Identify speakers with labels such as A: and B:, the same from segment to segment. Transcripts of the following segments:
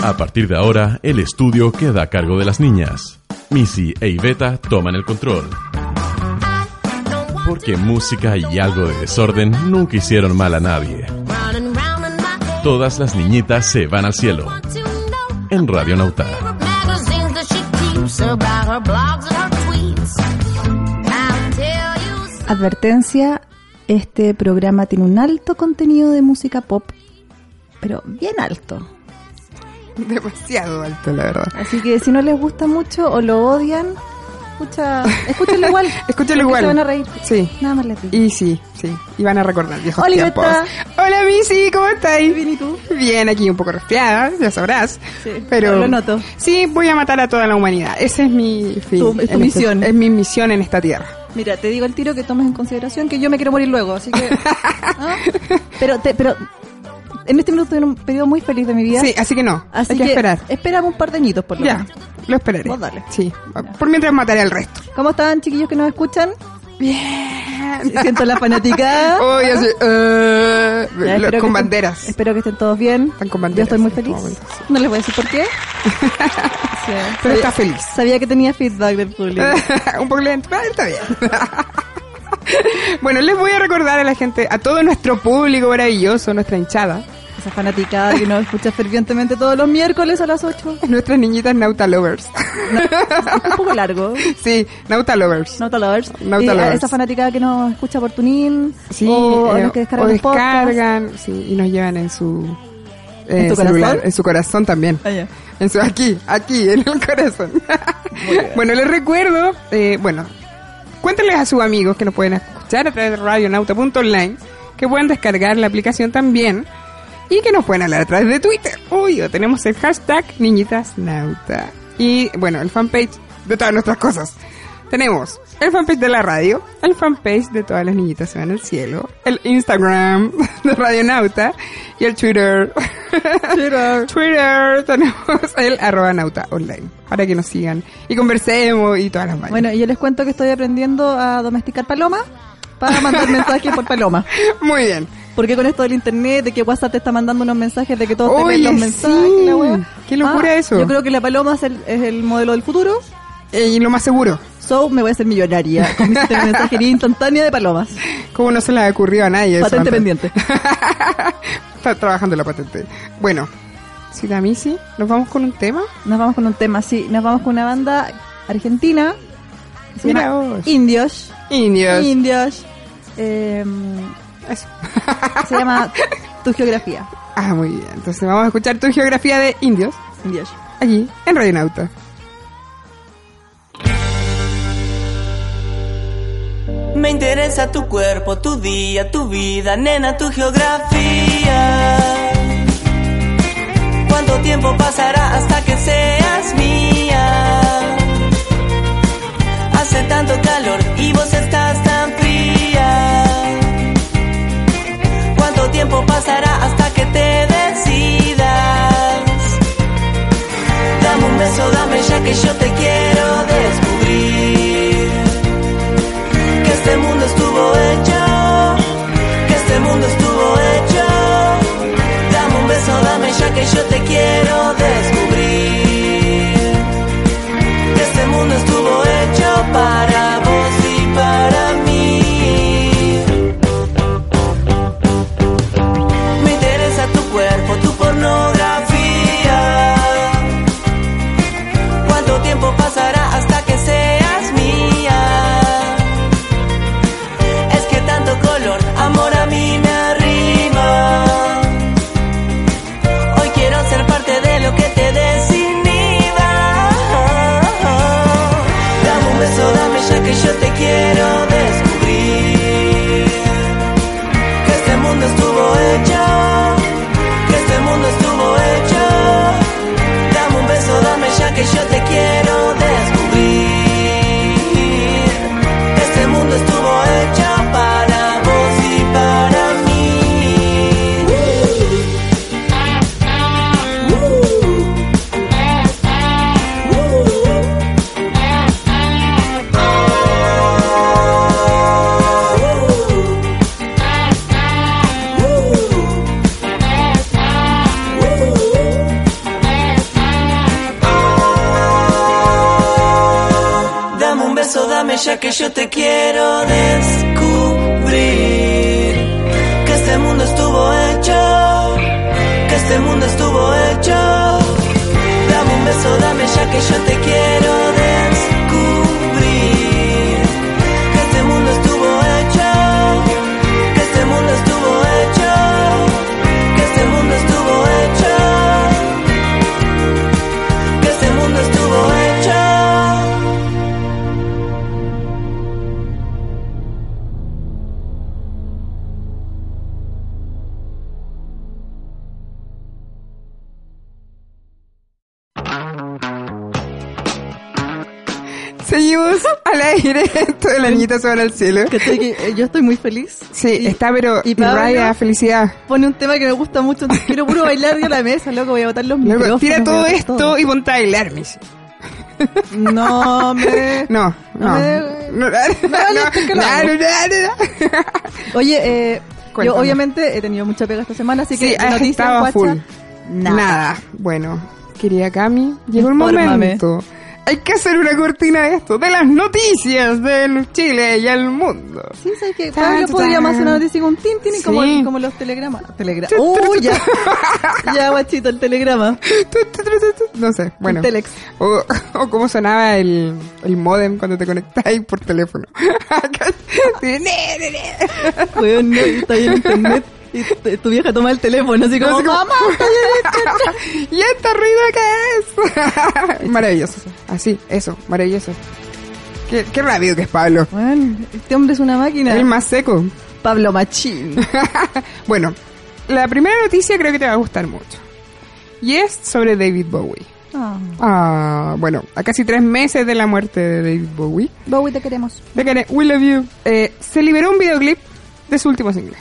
A: A partir de ahora, el estudio queda a cargo de las niñas. Missy e Iveta toman el control. Porque música y algo de desorden nunca hicieron mal a nadie. Todas las niñitas se van al cielo. En Radio Nauta.
B: Advertencia, este programa tiene un alto contenido de música pop, pero bien alto.
C: Demasiado alto, la verdad.
B: Así que si no les gusta mucho o lo odian, escucha, escúchalo igual.
C: Escúchalo
B: Porque
C: igual.
B: Se van a reír.
C: Sí.
B: Nada más les digo.
C: Y sí, sí. Y van a recordar viejos
B: Hola,
C: tiempos.
B: Iveta.
C: Hola, Missy, ¿cómo estáis?
B: Bien, ¿y tú?
C: Bien, aquí un poco resfriada, ya sabrás.
B: Sí,
C: pero
B: lo noto.
C: Sí, voy a matar a toda la humanidad. Ese es mi fin.
B: Tu- es tu
C: en este-
B: misión.
C: es mi misión en esta tierra.
B: Mira, te digo el tiro que tomes en consideración que yo me quiero morir luego, así que... ¿Ah? Pero, te, pero en este minuto estoy en un periodo muy feliz de mi vida.
C: Sí, así que no.
B: Así
C: hay que, esperar.
B: Esperamos un par de añitos por lo
C: Ya,
B: menos.
C: lo esperaré.
B: Vos dale.
C: Sí, por mientras mataré al resto.
B: ¿Cómo están, chiquillos que nos escuchan?
C: Bien.
B: Siento la fanaticada.
C: Oh, ya sé, eh,
B: Ah. Ya,
C: lo-
B: espero que
C: con
B: estén-
C: banderas.
B: espero que estén todos bien.
C: Están con
B: Yo
C: banderas
B: estoy muy
C: en este
B: feliz.
C: momento, sí.
B: No les voy a decir por qué. Sí.
C: Pero
B: Sabía-
C: está feliz.
B: Sabía que tenía feedback del público.
C: un poco lento, pero está bien. bueno, les voy a recordar a la gente, a todo nuestro público maravilloso, nuestra hinchada,
B: Esa fanaticada que nos escucha fervientemente todos los miércoles a las 8.
C: nuestras niñitas Nauta Lovers.
B: Un poco largo.
C: sí, Nauta Lovers.
B: Nauta Lovers.
C: Nauta
B: Y a
C: Lovers.
B: Esa fanaticada que nos escucha por Tunin.
C: Sí,
B: o a
C: eh,
B: los que descargan
C: o
B: los podcasts.
C: descargan, sí, y nos llevan en su, eh,
B: ¿En tu
C: celular,
B: corazón?
C: en su corazón también.
B: Ah, ya.
C: En su, aquí, aquí, en el corazón. bueno, les recuerdo, eh, bueno, cuéntenles a sus amigos que nos pueden escuchar a través de radionauta.online, que pueden descargar la aplicación también y que nos pueden hablar a través de Twitter. Obvio, tenemos el hashtag niñitasnauta. Y bueno, el fanpage de todas nuestras cosas. Tenemos el fanpage de la radio, el fanpage de todas las niñitas se van al cielo, el Instagram de Radio Nauta y el Twitter. Twitter. tenemos el arroba nauta online para que nos sigan y conversemos y todas las vainas.
B: Bueno, y yo les cuento que estoy aprendiendo a domesticar paloma para mandar mensajes por paloma.
C: Muy bien.
B: Porque con esto del internet, de que WhatsApp te está mandando unos mensajes, de que todos te
C: Oye,
B: ven los mensajes,
C: sí.
B: la wea.
C: Qué locura eso.
B: Yo creo que la paloma es el, es el modelo del futuro.
C: Eh, y lo más seguro,
B: So, me voy a hacer millonaria con mi sistema de mensajería instantánea de palomas.
C: como no se le ocurrió a nadie eso
B: Patente
C: antes?
B: pendiente.
C: Está trabajando la patente. Bueno, si a mí sí, nos vamos con un tema.
B: Nos vamos con un tema, sí. Nos vamos con una banda argentina. que se
C: Mira
B: llama
C: vos.
B: Indios.
C: Indios.
B: Indios. Eh,
C: Eso.
B: se llama Tu Geografía.
C: Ah, muy bien. Entonces vamos a escuchar tu geografía de indios
B: Indios.
C: aquí en Radio Nauta.
D: Me interesa tu cuerpo, tu día, tu vida, nena, tu geografía. ¿Cuánto tiempo pasará hasta que seas mía? Hace tanto calor y vos estás tan fría. ¿Cuánto tiempo pasará hasta que te decidas? Dame un beso, dame ya que yo te quiero descubrir que este mundo estuvo hecho, que este mundo estuvo hecho. Dame un beso, dame ya que yo te quiero descubrir. Que este mundo estuvo hecho para vos y para mí. Me interesa tu cuerpo, tu pornografía. ¿Cuánto tiempo pasará hasta que seas mía? es que tanto color, amor a mí me arrima. Hoy quiero ser parte de lo este
B: Este
D: ya que yo te quiero descubrir que este mundo estuvo hecho, que este mundo estuvo hecho. Dame un beso, dame ya que yo te quiero descubrir que este mundo estuvo hecho, que este mundo estuvo hecho, que este mundo estuvo hecho, que este mundo estuvo hecho.
C: Seguimos al aire. Esto de la niñita se van al cielo.
B: Que estoy- que, eh, yo estoy muy feliz.
C: Sí,
B: Y-
C: está, pero
B: y Pablo-
C: raya felicidad.
B: Pone un tema que me gusta mucho. entonces Quiero puro bailar yo a la mesa, loco. Voy a botar los
C: Luego,
B: micrófonos.
C: tira todo
B: voy a
C: esto
B: botar
C: y ponte a bailar, Miss.
B: todo. No, hombre.
C: No, no.
B: Eh,
C: No, no,
B: vale,
C: no,
B: esto que lo
C: no,
B: hago.
C: no, no, no.
B: Oye, eh, yo
C: Cuéntame.
B: obviamente he tenido mucha pega esta semana, así que
C: Sí, has
B: noticias,
C: estado
B: guacha,
C: full.
B: Nada.
C: Bueno, querida Cami, llegó el
B: Infórmame.
C: momento. Hay que hacer una cortina de esto, de las noticias del Chile y el mundo.
B: Sí, sabes que
C: Tan,
B: Pablo
C: tan.
B: podríamos hacer una noticia con tin, tin, y
C: Sí.
B: como, como los telegramas. Telegrama. ¡Uh, ya! ya, guachito, el telegrama.
C: Tu, tu, tu, tu, tu. No sé, bueno.
B: El telex.
C: O, o cómo sonaba el, el modem cuando te conectáis por teléfono. Sí, ne, ne, ne.
B: Weón, no, y está ahí en internet. Y t- tu vieja toma el teléfono, así como,
C: Así como-
B: ¡Mamá! está bien esto".
C: ¿Y este ruido qué es? maravilloso. Así, eso, maravilloso. Qué, qué rápido que es Pablo.
B: Weón, este hombre es una máquina.
C: El más seco.
B: Pablo Machín.
C: bueno, la primera noticia creo que te va a gustar mucho. Y es sobre David Bowie.
B: Ah,
C: Ah, bueno, a casi tres meses de la muerte de David Bowie,
B: Bowie, te queremos.
C: de que We Love You, eh, se liberó un videoclip de su último single.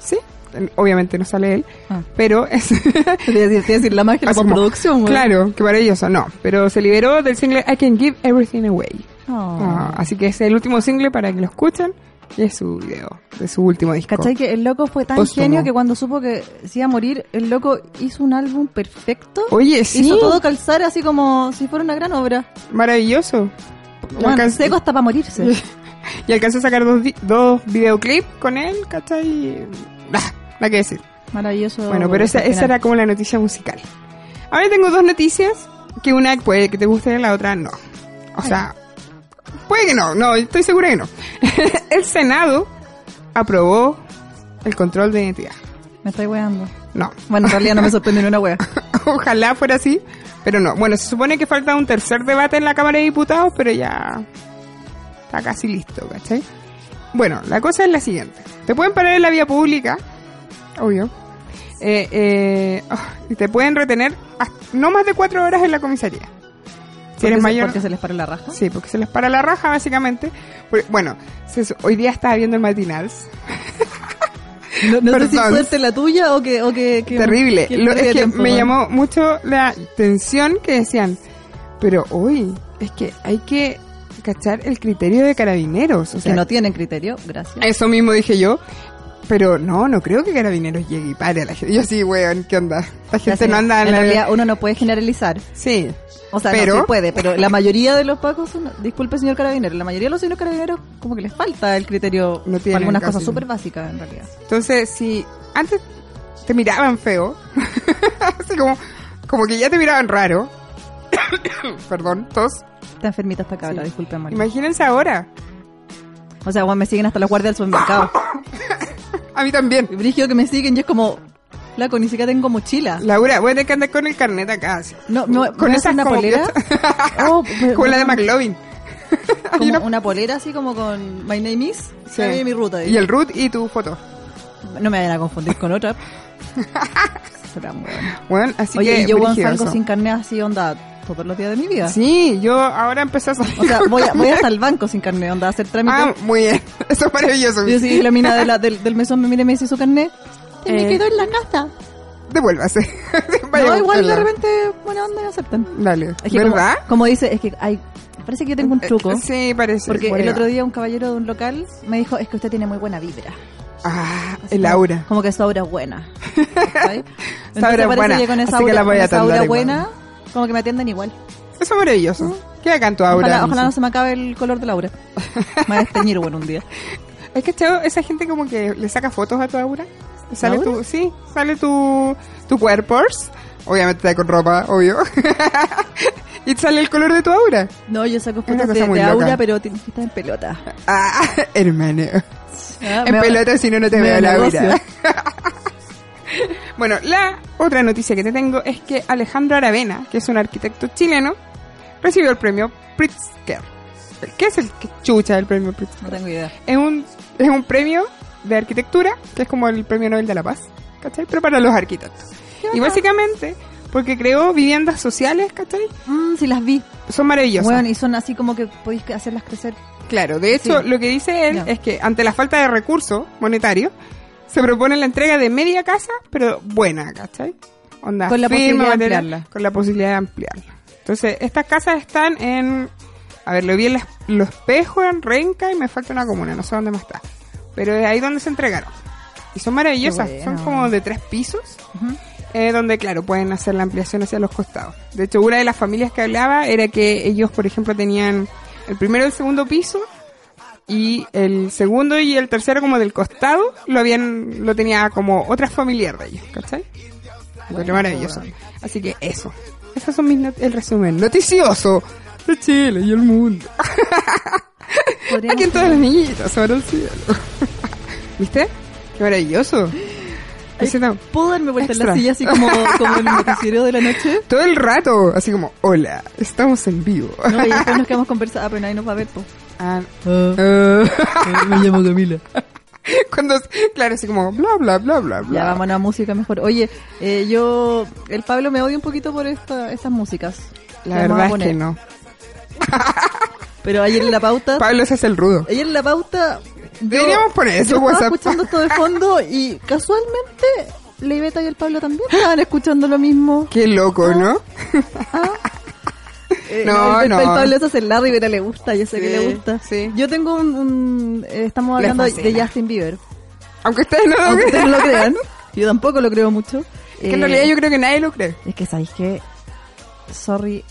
C: Sí, eh, obviamente no sale él,
B: Ah.
C: pero es...
B: Te voy a decir, te voy a decir la magia de la
C: así como-
B: postproducción, weón.
C: Claro, qué maravilloso, no. Pero se liberó del single I Can Give Everything Away.
B: Ah.
C: Ah, así que es el último single para que lo escuchen y es su video de su último disco.
B: ¿Cachai? Que el loco fue tan
C: Póstumo.
B: genio que cuando supo que se iba a morir, el loco hizo un álbum perfecto.
C: Oye, sí.
B: Hizo todo calzar así como si fuera una gran obra.
C: Maravilloso. Y
B: Bueno,
C: alcan-
B: seco hasta para morirse.
C: Y alcanzó a sacar dos, vi- dos videoclips con él, ¿cachai? Bah, nada que decir.
B: Maravilloso.
C: Bueno, pero esa,
B: final.
C: esa era como la noticia musical. Ahora tengo dos noticias, que una puede que te guste, la otra no. O sea, puede que no, no, estoy segura que no. el Senado aprobó el control de identidad.
B: Me estoy weando.
C: No,
B: Bueno, en realidad no me sorprende ni una wea.
C: Ojalá fuera así, pero no. Bueno, se supone que falta un tercer debate en la Cámara de Diputados, pero ya está casi listo, ¿cachai? Bueno, la cosa es la siguiente. Te pueden parar en la vía pública, obvio. Eh, eh, oh, y te pueden retener hasta- no más de cuatro horas en la comisaría. Si
B: Porque
C: eres
B: se-
C: mayor...
B: Porque se les paró la raja.
C: Sí, porque se les para la raja, básicamente. Porque, bueno, se su- hoy día estaba viendo el matinals.
B: No, no sé si
C: Perdón.
B: suerte la tuya o que... O que, que-
C: Terrible.
B: que
C: Lo-
B: pérdida
C: es
B: de
C: que
B: tiempo,
C: me
B: weón.
C: llamó mucho la atención que decían, pero hoy es que hay que cachar el criterio de carabineros. O
B: Que
C: sea,
B: no tienen criterio, gracias.
C: eso mismo dije yo. Pero no, no creo que carabineros llegue y pare a la gente. Yo sí, weón, ¿qué onda? La gente
B: Gracias.
C: no anda en,
B: en
C: la...
B: realidad uno no puede generalizar.
C: Sí.
B: O sea,
C: Pero-
B: no se puede, pero la mayoría de los pacos son, disculpe señor carabinero, la mayoría de los señores carabineros como que les falta el criterio
C: No
B: para
C: tienen
B: algunas
C: casi.
B: cosas súper básicas en realidad.
C: Entonces, si antes te miraban feo, así como, como que ya te miraban raro. Perdón, tos.
B: Está enfermita esta cabra, disculpe María.
C: Imagínense ahora.
B: O sea, weón, me siguen hasta la guardia del supermercado.
C: A mí también.
B: Y Brigio que me siguen y es como, flaco, ni siquiera tengo mochila.
C: Laura, voy a tener que andar con el carnet acá. así.
B: No, me,
C: con
B: me
C: esas
B: hacen una
C: como
B: polera. Oh, pues,
C: Con la de
B: como-
C: McLovin.
B: Como
C: Hay una-
B: una polera así como con My Name Is.
C: Sí.
B: Ahí mi ruta.
C: Y el root y tu foto.
B: No me vayan a confundir con otra. Serán, weón.
C: Bueno, así
B: Oye,
C: que.
B: y yo weón,
C: brígido
B: salgo
C: eso.
B: sin carnet así onda todos los días de mi vida.
C: Sí, yo ahora empecé a salir.
B: O sea,
C: con
B: voy, a- voy
C: carnet.
B: hasta el banco sin carnet, onda a hacer trámites.
C: Ah, muy bien. Eso es maravilloso.
B: Yo sí, la mina de la- del, del mesón me mira y me dice su carnet. Te me
C: Eh.
B: quedó en la casa.
C: Devuélvase. Vaya
B: no,
C: a
B: igual de
C: buscarla.
B: repente, buena onda y aceptan.
C: Dale.
B: Es que
C: ¿Verdad?
B: Como, como dice, es que hay, parece que yo tengo un truco.
C: Eh, Sí, parece.
B: porque
C: por ahí
B: el
C: va.
B: otro día un caballero de un local me dijo, es que usted tiene muy buena vibra.
C: Ah,
B: Así
C: el
B: como-
C: aura.
B: Como que su aura es buena. ¿cachai? Entonces
C: aura
B: parece
C: es buena,
B: que con esa
C: así que
B: aura,
C: la voy a
B: con esa aura
C: atender igual.
B: buena, como que me atienden igual.
C: Eso es maravilloso. ¿Qué hagan tu aura?
B: Ojalá,
C: Lisa?
B: ojalá no se me acabe el color de la aura. Me va a desteñir bueno un día.
C: Es que chavo, esa gente como que le saca fotos a tu aura. Sale
B: ¿Aura?
C: tu, sí, sale tu, tu cuerpo. Obviamente está con ropa, obvio. y sale el color de tu aura.
B: No, yo saco
C: una
B: fotos
C: cosa
B: de,
C: muy
B: de
C: loca.
B: aura, pero tienes que estar en pelota.
C: Ah, hermano.
B: Ah,
C: En
B: me-
C: pelota, si no, no te
B: me
C: veo la
B: negocio.
C: aura. bueno, la otra noticia que te tengo es que Alejandro Aravena, que es un arquitecto chileno, recibió el premio Pritzker. ¿Qué es el que chucha el premio Pritzker?
B: No tengo idea.
C: es un, es un premio de arquitectura, que es como el premio Nobel de la Paz, ¿cachai? Pero para los arquitectos. Y básicamente, porque creó viviendas sociales, ¿cachai?
B: Mm, sí, las vi.
C: Son maravillosas.
B: Bueno, y son así como que podéis hacerlas crecer.
C: claro, de hecho,
B: sí.
C: lo que dice él
B: Ya.
C: es que ante la falta de recursos monetarios, se propone la entrega de media casa, pero buena, ¿cachai? Onda,
B: Con la
C: firme,
B: posibilidad de
C: material,
B: ampliarla.
C: Con la posibilidad de ampliarla. Entonces, estas casas están en. A ver, lo vi en Los- Los Pejos, en Renca y me falta una comuna, no sé dónde más está. Pero es ahí donde se entregaron. Y son maravillosas,
B: Qué
C: son
B: bueno.
C: como de tres pisos, eh, donde, claro, pueden hacer la ampliación hacia los costados. De hecho, una de las familias que hablaba era que ellos, por ejemplo, tenían el primero y el segundo piso, y el segundo y el tercero, como del costado, lo habían lo tenía como otra familiar de ellos, ¿cachai? Bueno, maravilloso. Así que eso. Esos son mis not- el resumen noticioso de Chile y el mundo.
B: Podríamos
C: Aquí en todas las niñitas, sobre el cielo. ¿Viste? Qué maravilloso. Me siento
B: ¿Puedo darme vuelta en
C: Extra.
B: la silla así como, como el noticiero de la noche?
C: todo el rato, así como, hola, estamos en vivo.
B: No, y después nos quedamos conversando. Ah, pero nadie nos va a ver, po.
C: Ah, ah.
B: me llamo Camila.
C: Cuando, claro, así como, bla, bla, bla, bla, bla.
B: Ya, vámonos a música mejor. Oye, eh, yo... El Pablo me odia un poquito por esta, estas músicas.
C: La
B: Las vamos a
C: verdad es que
B: poner.
C: no.
B: Pero ayer en la pauta...
C: Pablo se hace el rudo.
B: Ayer en la pauta... yo-
C: Deberíamos poner eso,
B: yo
C: WhatsApp.
B: estaba escuchando esto de fondo y casualmente la Iveta y el Pablo también estaban escuchando lo mismo.
C: Qué loco, ¿no?
B: Eh,
C: No,
B: el,
C: no.
B: El Pablo se hace el lado y Iveta le gusta, yo sé que
C: Sí,
B: le gusta.
C: sí.
B: Yo tengo un... un- eh, estamos
C: Le
B: hablando de
C: fascina.
B: Justin Bieber.
C: Aunque ustedes no lo
B: Aunque ustedes
C: crean.
B: no lo crean. Yo tampoco lo creo mucho. Eh,
C: Que en realidad yo creo que nadie lo cree.
B: Es que sabéis que... Sorry,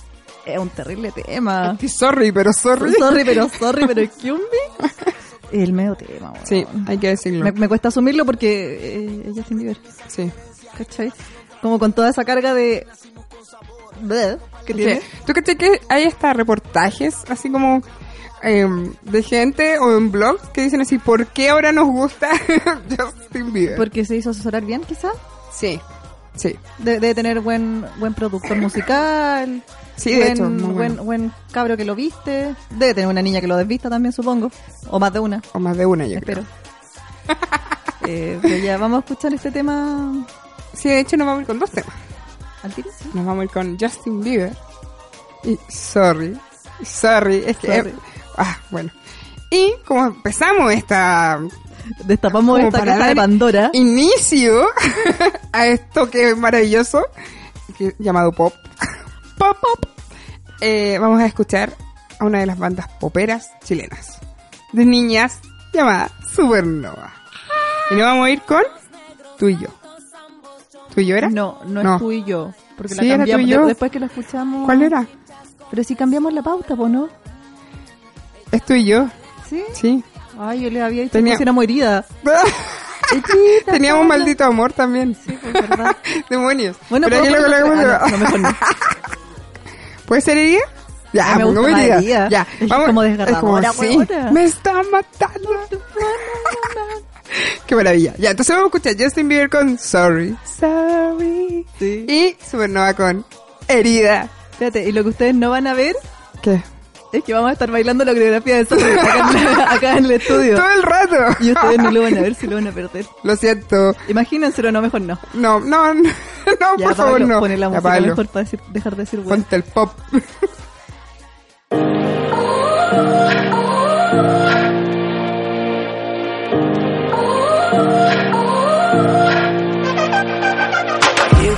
B: es un terrible tema.
C: Sí, Sorry, pero sorry.
B: Ah. Sorry, pero sorry, pero excuse me. El medio tema, weón.
C: Sí, hay que decirlo.
B: Me, me cuesta asumirlo porque eh, es Justin Bieber,
C: Sí.
B: ¿cachai? Como con toda esa carga de... bleh que tiene.
C: Sí. ¿Tú cachai que hay hasta reportajes así como em, de gente o en blogs que dicen así, ¿por qué ahora nos gusta Justin Bieber?
B: Porque se hizo asesorar bien, quizás.
C: Sí, sí.
B: De- Debe tener buen buen productor musical.
C: Sí, de
B: buen,
C: hecho, muy bueno.
B: buen, buen cabro que lo viste. Debe tener una niña que lo desvista también, supongo. O más de una,
C: O más de una, yo
B: espero.
C: creo.
B: Eh, pero ya, vamos a escuchar este tema
C: Sí, de hecho nos vamos a ir con dos temas.
B: al tiro, sí.
C: Nos vamos a ir con Justin Bieber y Sorry. Sorry, es que...
B: Sorry.
C: eh, ah, bueno. Y como empezamos esta
B: Destapamos
C: como
B: esta
C: para
B: caja de
C: dar
B: Pandora.
C: inicio a esto que es maravilloso, que- llamado pop. Pop, pop. Eh, vamos a escuchar a una de las bandas poperas chilenas, de niñas, llamada Supernova. Y nos vamos a ir con tú y yo. ¿Tú y yo era?
B: No, no,
C: No.
B: es tú y yo. Porque
C: Sí,
B: la
C: era tú y
B: cambiamos
C: yo.
B: de- después que la escuchamos.
C: ¿Cuál era?
B: Pero si cambiamos la pauta, pues no.
C: Es tú y yo,
B: ¿Sí?
C: sí.
B: Ay, yo le había dicho
C: Tenía-
B: que éramos heridas. Chiquita,
C: Teníamos un
B: Paula.
C: maldito amor también.
B: Sí, pues, verdad.
C: Demonios.
B: Bueno,
C: Pero aquí
B: ¿puedo
C: lo
B: poner
C: colocamos
B: otra?
C: de-
B: Ah, no, no, mejor no.
C: ¿Puede ser herida? Ya,
B: Ah, me
C: pues,
B: gusta
C: no me
B: más
C: digas.
B: herida.
C: Ya,
B: Es
C: vamos.
B: como
C: desgarradora
B: desgarradora, huevona.
C: Me está matando. Qué maravilla. Ya, entonces vamos a escuchar Justin Bieber con Sorry. Sorry.
B: Sí.
C: Y Supernova con Herida.
B: Espérate, y lo que ustedes no van a ver
C: ¿Qué?
B: es que vamos a estar bailando la coreografía de Sonic acá, en la- acá en el estudio.
C: Todo el rato.
B: Y ustedes no lo van a ver si lo van a perder.
C: Lo siento.
B: Imagínenselo, no, mejor no.
C: No, no, no, no,
B: Ya,
C: por favor,
B: Pablo,
C: no.
B: Pone la
C: Ya,
B: música
C: Pablo,
B: mejor para decir- dejar de decir bueno.
C: Ponte el pop.
D: You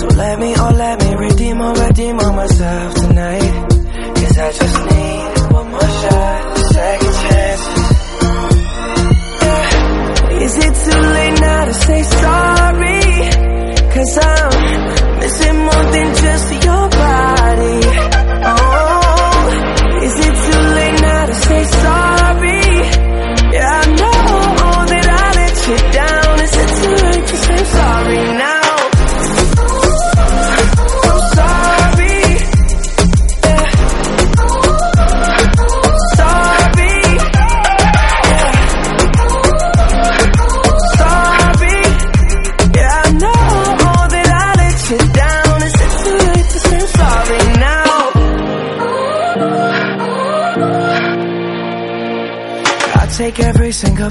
E: So let me, oh let me redeem or redeem on myself tonight. Cause I just need one more shot, second chance. Yeah. Is it too late now to say sorry? Cause I'm missing more than just your body. Oh, is it too late now to say sorry? Yeah, I know that I let you down. Is it too late to say sorry now? I'm sorry. Yeah. Sorry. Sorry. Yeah, I know that I let you down. Is it too late to say sorry now? I'll take every single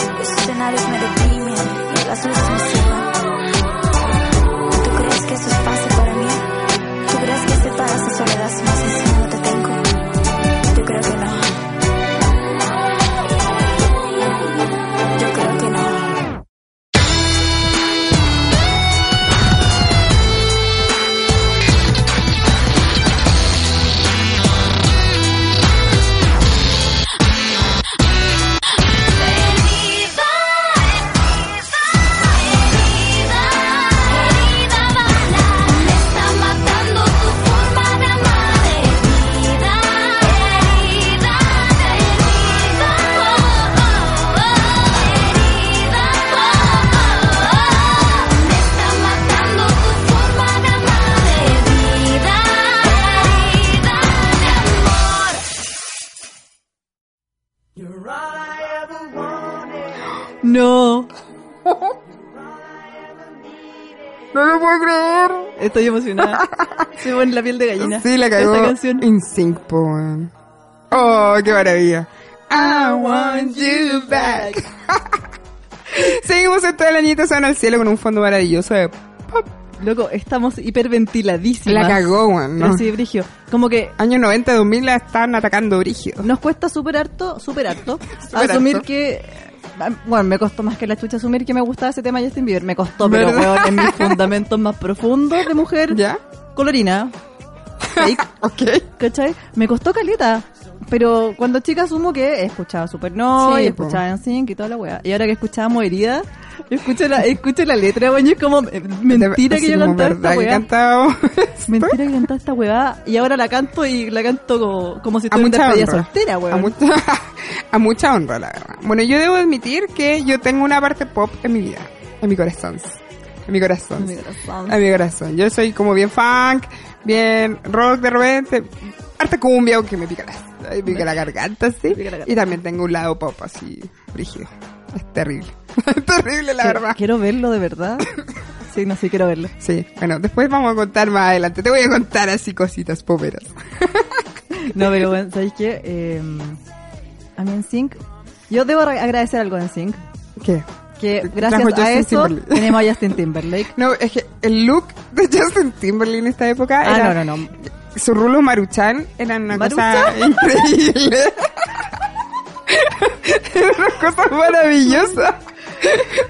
F: Uh,
G: este
B: No,
C: No lo puedo creer.
B: estoy emocionada. Se me pone la piel de gallina.
C: Sí, la cagó.
B: Esta canción.
C: In sync, po, weón. Oh, qué maravilla. I want you back. Seguimos en toda la niñita se van al cielo con un fondo maravilloso de pop.
B: Loco, estamos hiperventiladísimas.
C: La cagó, weón. ¿no?
B: Así, Brigio. Como que
C: Años 90, 2000 la están atacando brígido.
B: nos cuesta súper harto, súper harto,
C: Súper
B: asumir
C: harto.
B: que... ah, Bueno, me costó más que la chucha asumir que me gustaba ese tema de Justin Bieber. Me costó, pero
C: ¿Verdad?
B: weón, en mis fundamentos más profundos de mujer
C: ¿Ya?
B: colorina, fake,
C: Ok.
B: ¿cachai? Me costó caleta. Pero cuando chica asumo que escuchaba Supernoy,
C: Sí, po.
B: escuchaba NSYNC y toda la weá. Y ahora que escuchábamos Herida, escucho la, escucho la letra, weón, y es como eh, mentira
C: Así
B: que yo
C: como,
B: cantaba esta
C: ¿verdad que
B: weá.
C: cantaba?
B: Mentira que cantaba esta weá y ahora la canto y la canto como, como si
C: a
B: estuviera en
C: mucha
B: despedida
C: honra.
B: soltera,
C: A
B: weón.
C: mucha, a mucha honra, la verdad. Bueno, yo debo admitir que yo tengo una parte pop en mi vida, en mi corazón. En mi corazón.
B: En mi corazón.
C: En mi corazón. Yo soy como bien funk, bien rock de repente, harta cumbia, aunque me pica la, me pica la garganta, sí.
B: Me pica la garganta.
C: Y también tengo un lado pop así, rígido. Es terrible. Es terrible, la
B: Quiero-
C: verdad.
B: Quiero verlo de verdad. Sí, no, sí, quiero verlo.
C: Sí, bueno, después vamos a contar más adelante. Te voy a contar así cositas poperas.
B: No, pero bueno, ¿sabéis qué? Eh, a mí en Sync, yo debo re- agradecer algo en Sync,
C: ¿Qué?
B: que
C: Trajo
B: gracias
C: Justin
B: a eso
C: Timberlake.
B: tenemos a Justin Timberlake.
C: No, es que el look de Justin Timberlake en esta época
B: Ah,
C: era...
B: no, no, no.
C: Su rulo maruchan eran una cosa
B: ¿Maruchan?
C: increíble. Era una cosa maravillosa.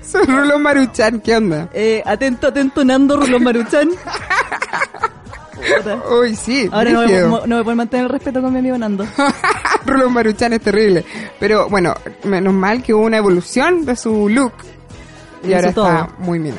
C: Su rulo maruchan, ¿qué onda?
B: Eh, atento, atento, Nando Rulo Maruchan. Puta.
C: Uy, sí,
B: Ahora no me,
C: brígido.
B: mo- no me pueden mantener el respeto con mi amigo Nando.
C: Rulo maruchan es terrible. Pero bueno, menos mal que hubo una evolución de su look. Y
B: Hizo
C: ahora está
B: todo.
C: muy mino.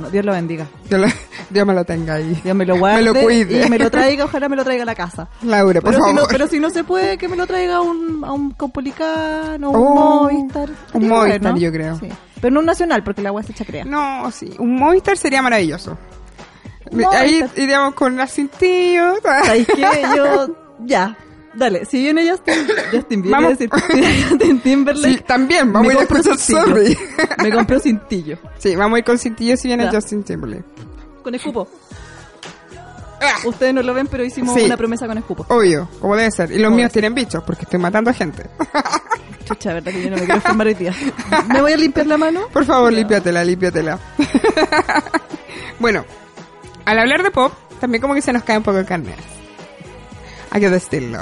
B: No, Dios lo bendiga.
C: Dios, lo- Dios me lo tenga ahí.
B: Dios me lo guarde
C: Me lo cuide.
B: y me lo traiga, ojalá me lo traiga a la casa.
C: Laura, por
B: Pero si,
C: favor.
B: no, pero si no se puede, que me lo traiga a un, a un Copolicano, un
C: Oh,
B: Movistar.
C: un
B: Tiene que
C: Movistar,
B: haber,
C: yo creo.
B: Sí. Pero no un nacional, porque la agua se chacrea.
C: No, sí, un Movistar sería maravilloso.
B: Un
C: Ahí
B: Movistar.
C: iríamos con la cintillo.
B: ¿Sabéis qué? Yo, ya. Dale, si viene Justin, Justin Bieber,
C: Vamos.
B: decir, Justin Timberlake.
C: Sí, también, vamos
B: me
C: a ir a
B: compro
C: escuchar Sorry.
B: cintillo. Me compré un cintillo.
C: Sí, vamos a ir con cintillo si viene
B: Ya.
C: Justin Timberlake.
B: Con escupo. Ustedes no lo ven, pero hicimos
C: Ah. Sí.
B: una promesa con escupo.
C: Obvio, como debe ser. Y los
B: Obvio.
C: míos tienen bichos, porque estoy matando a gente.
B: Chucha, verdad que yo no me quiero formar hoy día. ¿Me voy a limpiar la mano?
C: Por favor, límpiatela, límpiatela. bueno, al hablar de pop, también como que se nos cae un poco el carnet. Hay que decirlo.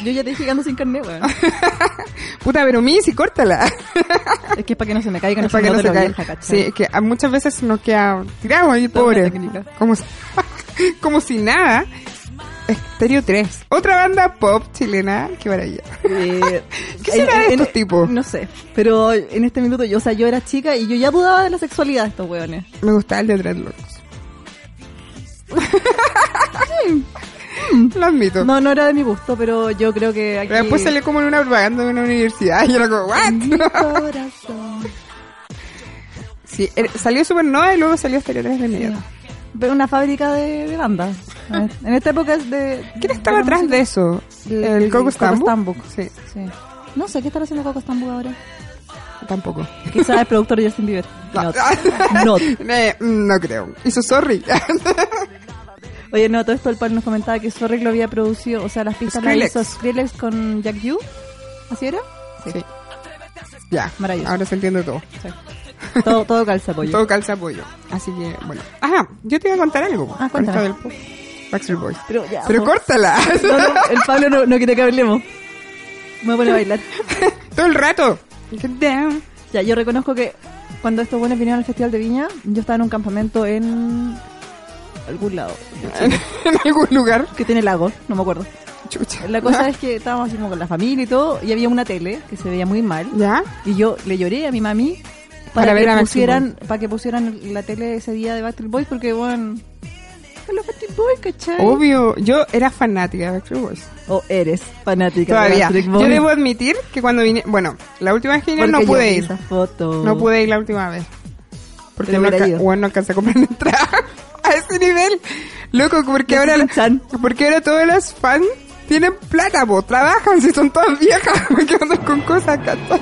B: Yo ya te dije que ando sin carnet, weón.
C: Puta, pero Missy, córtala.
B: Es que es para que no se me caiga, no
C: para que no se
B: caiga.
C: caiga. Sí, es que a- muchas veces nos queda tirado ahí,
B: Toda una
C: pobre.
B: técnica.
C: Como si, como si nada. Estéreo 3. Otra banda pop chilena. Qué maravilla.
B: Eh,
C: ¿Qué será de estos tipos?
B: e- No sé, pero en este minuto yo, o sea, yo era chica y yo ya dudaba de la sexualidad de estos hueones.
C: Me gustaba el de Dreadlocks. Lo admito.
B: No, no era de mi gusto, pero yo creo que Mm. aquí...
C: Pero después salió como en una propaganda de una universidad y yo era como,
B: Mi
C: ¿what?
B: corazón.
C: Sí, er- salió Supernova y luego salió Stereo 3 de inmediato.
B: Pero una fábrica de, de bandas. En esta época es de...
C: ¿Quién estaba atrás de eso?
B: El-
C: ¿El,
B: el
C: Coco
B: Coco
C: Stambuk?
B: Stambuk.
C: Sí,
B: Sí. No sé, ¿qué estará haciendo Coco Stambu ahora?
C: tampoco.
B: Quizás el productor de Justin Bieber.
C: No,
B: Not. Not.
C: Eh, mm, no creo. Hizo Sorry.
B: Oye, no, todo esto el pan nos comentaba que Sorry lo había producido, o sea, las pistas las
C: Skrillex.
B: hizo Skrillex con Jack Yu. ¿Así era?
C: Sí. Ya,
B: Maravilloso.
C: ahora se entiende todo.
B: Todo, todo calza pollo.
C: Todo calza apoyo. Así que, bueno. Ajá, yo te iba a contar algo.
B: Ah,
C: con esto
B: cuéntame.
C: del pop. Backstreet Boys.
B: Pero ya,
C: Pero
B: por-
C: córtala.
B: No, no, el Pablo no, no quiere que hablemos. Me voy a poner a bailar.
C: todo el rato. Get down.
B: Ya, yo reconozco que cuando estos buenos vinieron al Festival de Viña, yo estaba en un campamento en algún lado,
C: en algún lugar.
B: que tiene lago, no me acuerdo.
C: Chucha.
B: La cosa es que estábamos así como con la familia y todo, y había una tele que se veía muy mal,
C: ¿Ya?
B: y yo le lloré a mi mami para,
C: Para ver
B: que,
C: a Backstreet
B: pusieran, para que pusieran la tele ese día de Backstreet Boys, porque bueno... con Los Backstreet Boys, ¿cachai?
C: Obvio, yo era fanática de Backstreet Boys.
B: O eres fanática
C: Todavía.
B: de Backstreet
C: Yo
B: Boys.
C: debo admitir que cuando vine, bueno, la última vez que vine no
B: Porque yo
C: pude
B: vi
C: ir.
B: esa foto.
C: No pude ir la última vez. Porque
B: Pero
C: no,
B: hubiera
C: alca-
B: ido.
C: bueno, no alcancé a comprar una entrada a ese nivel. Loco, porque
B: Ya
C: ahora,
B: se hinchan.
C: porque ahora todas las fans tienen plata, po, trabajan, si son todas viejas, porque andan con cosas, ¿cachai?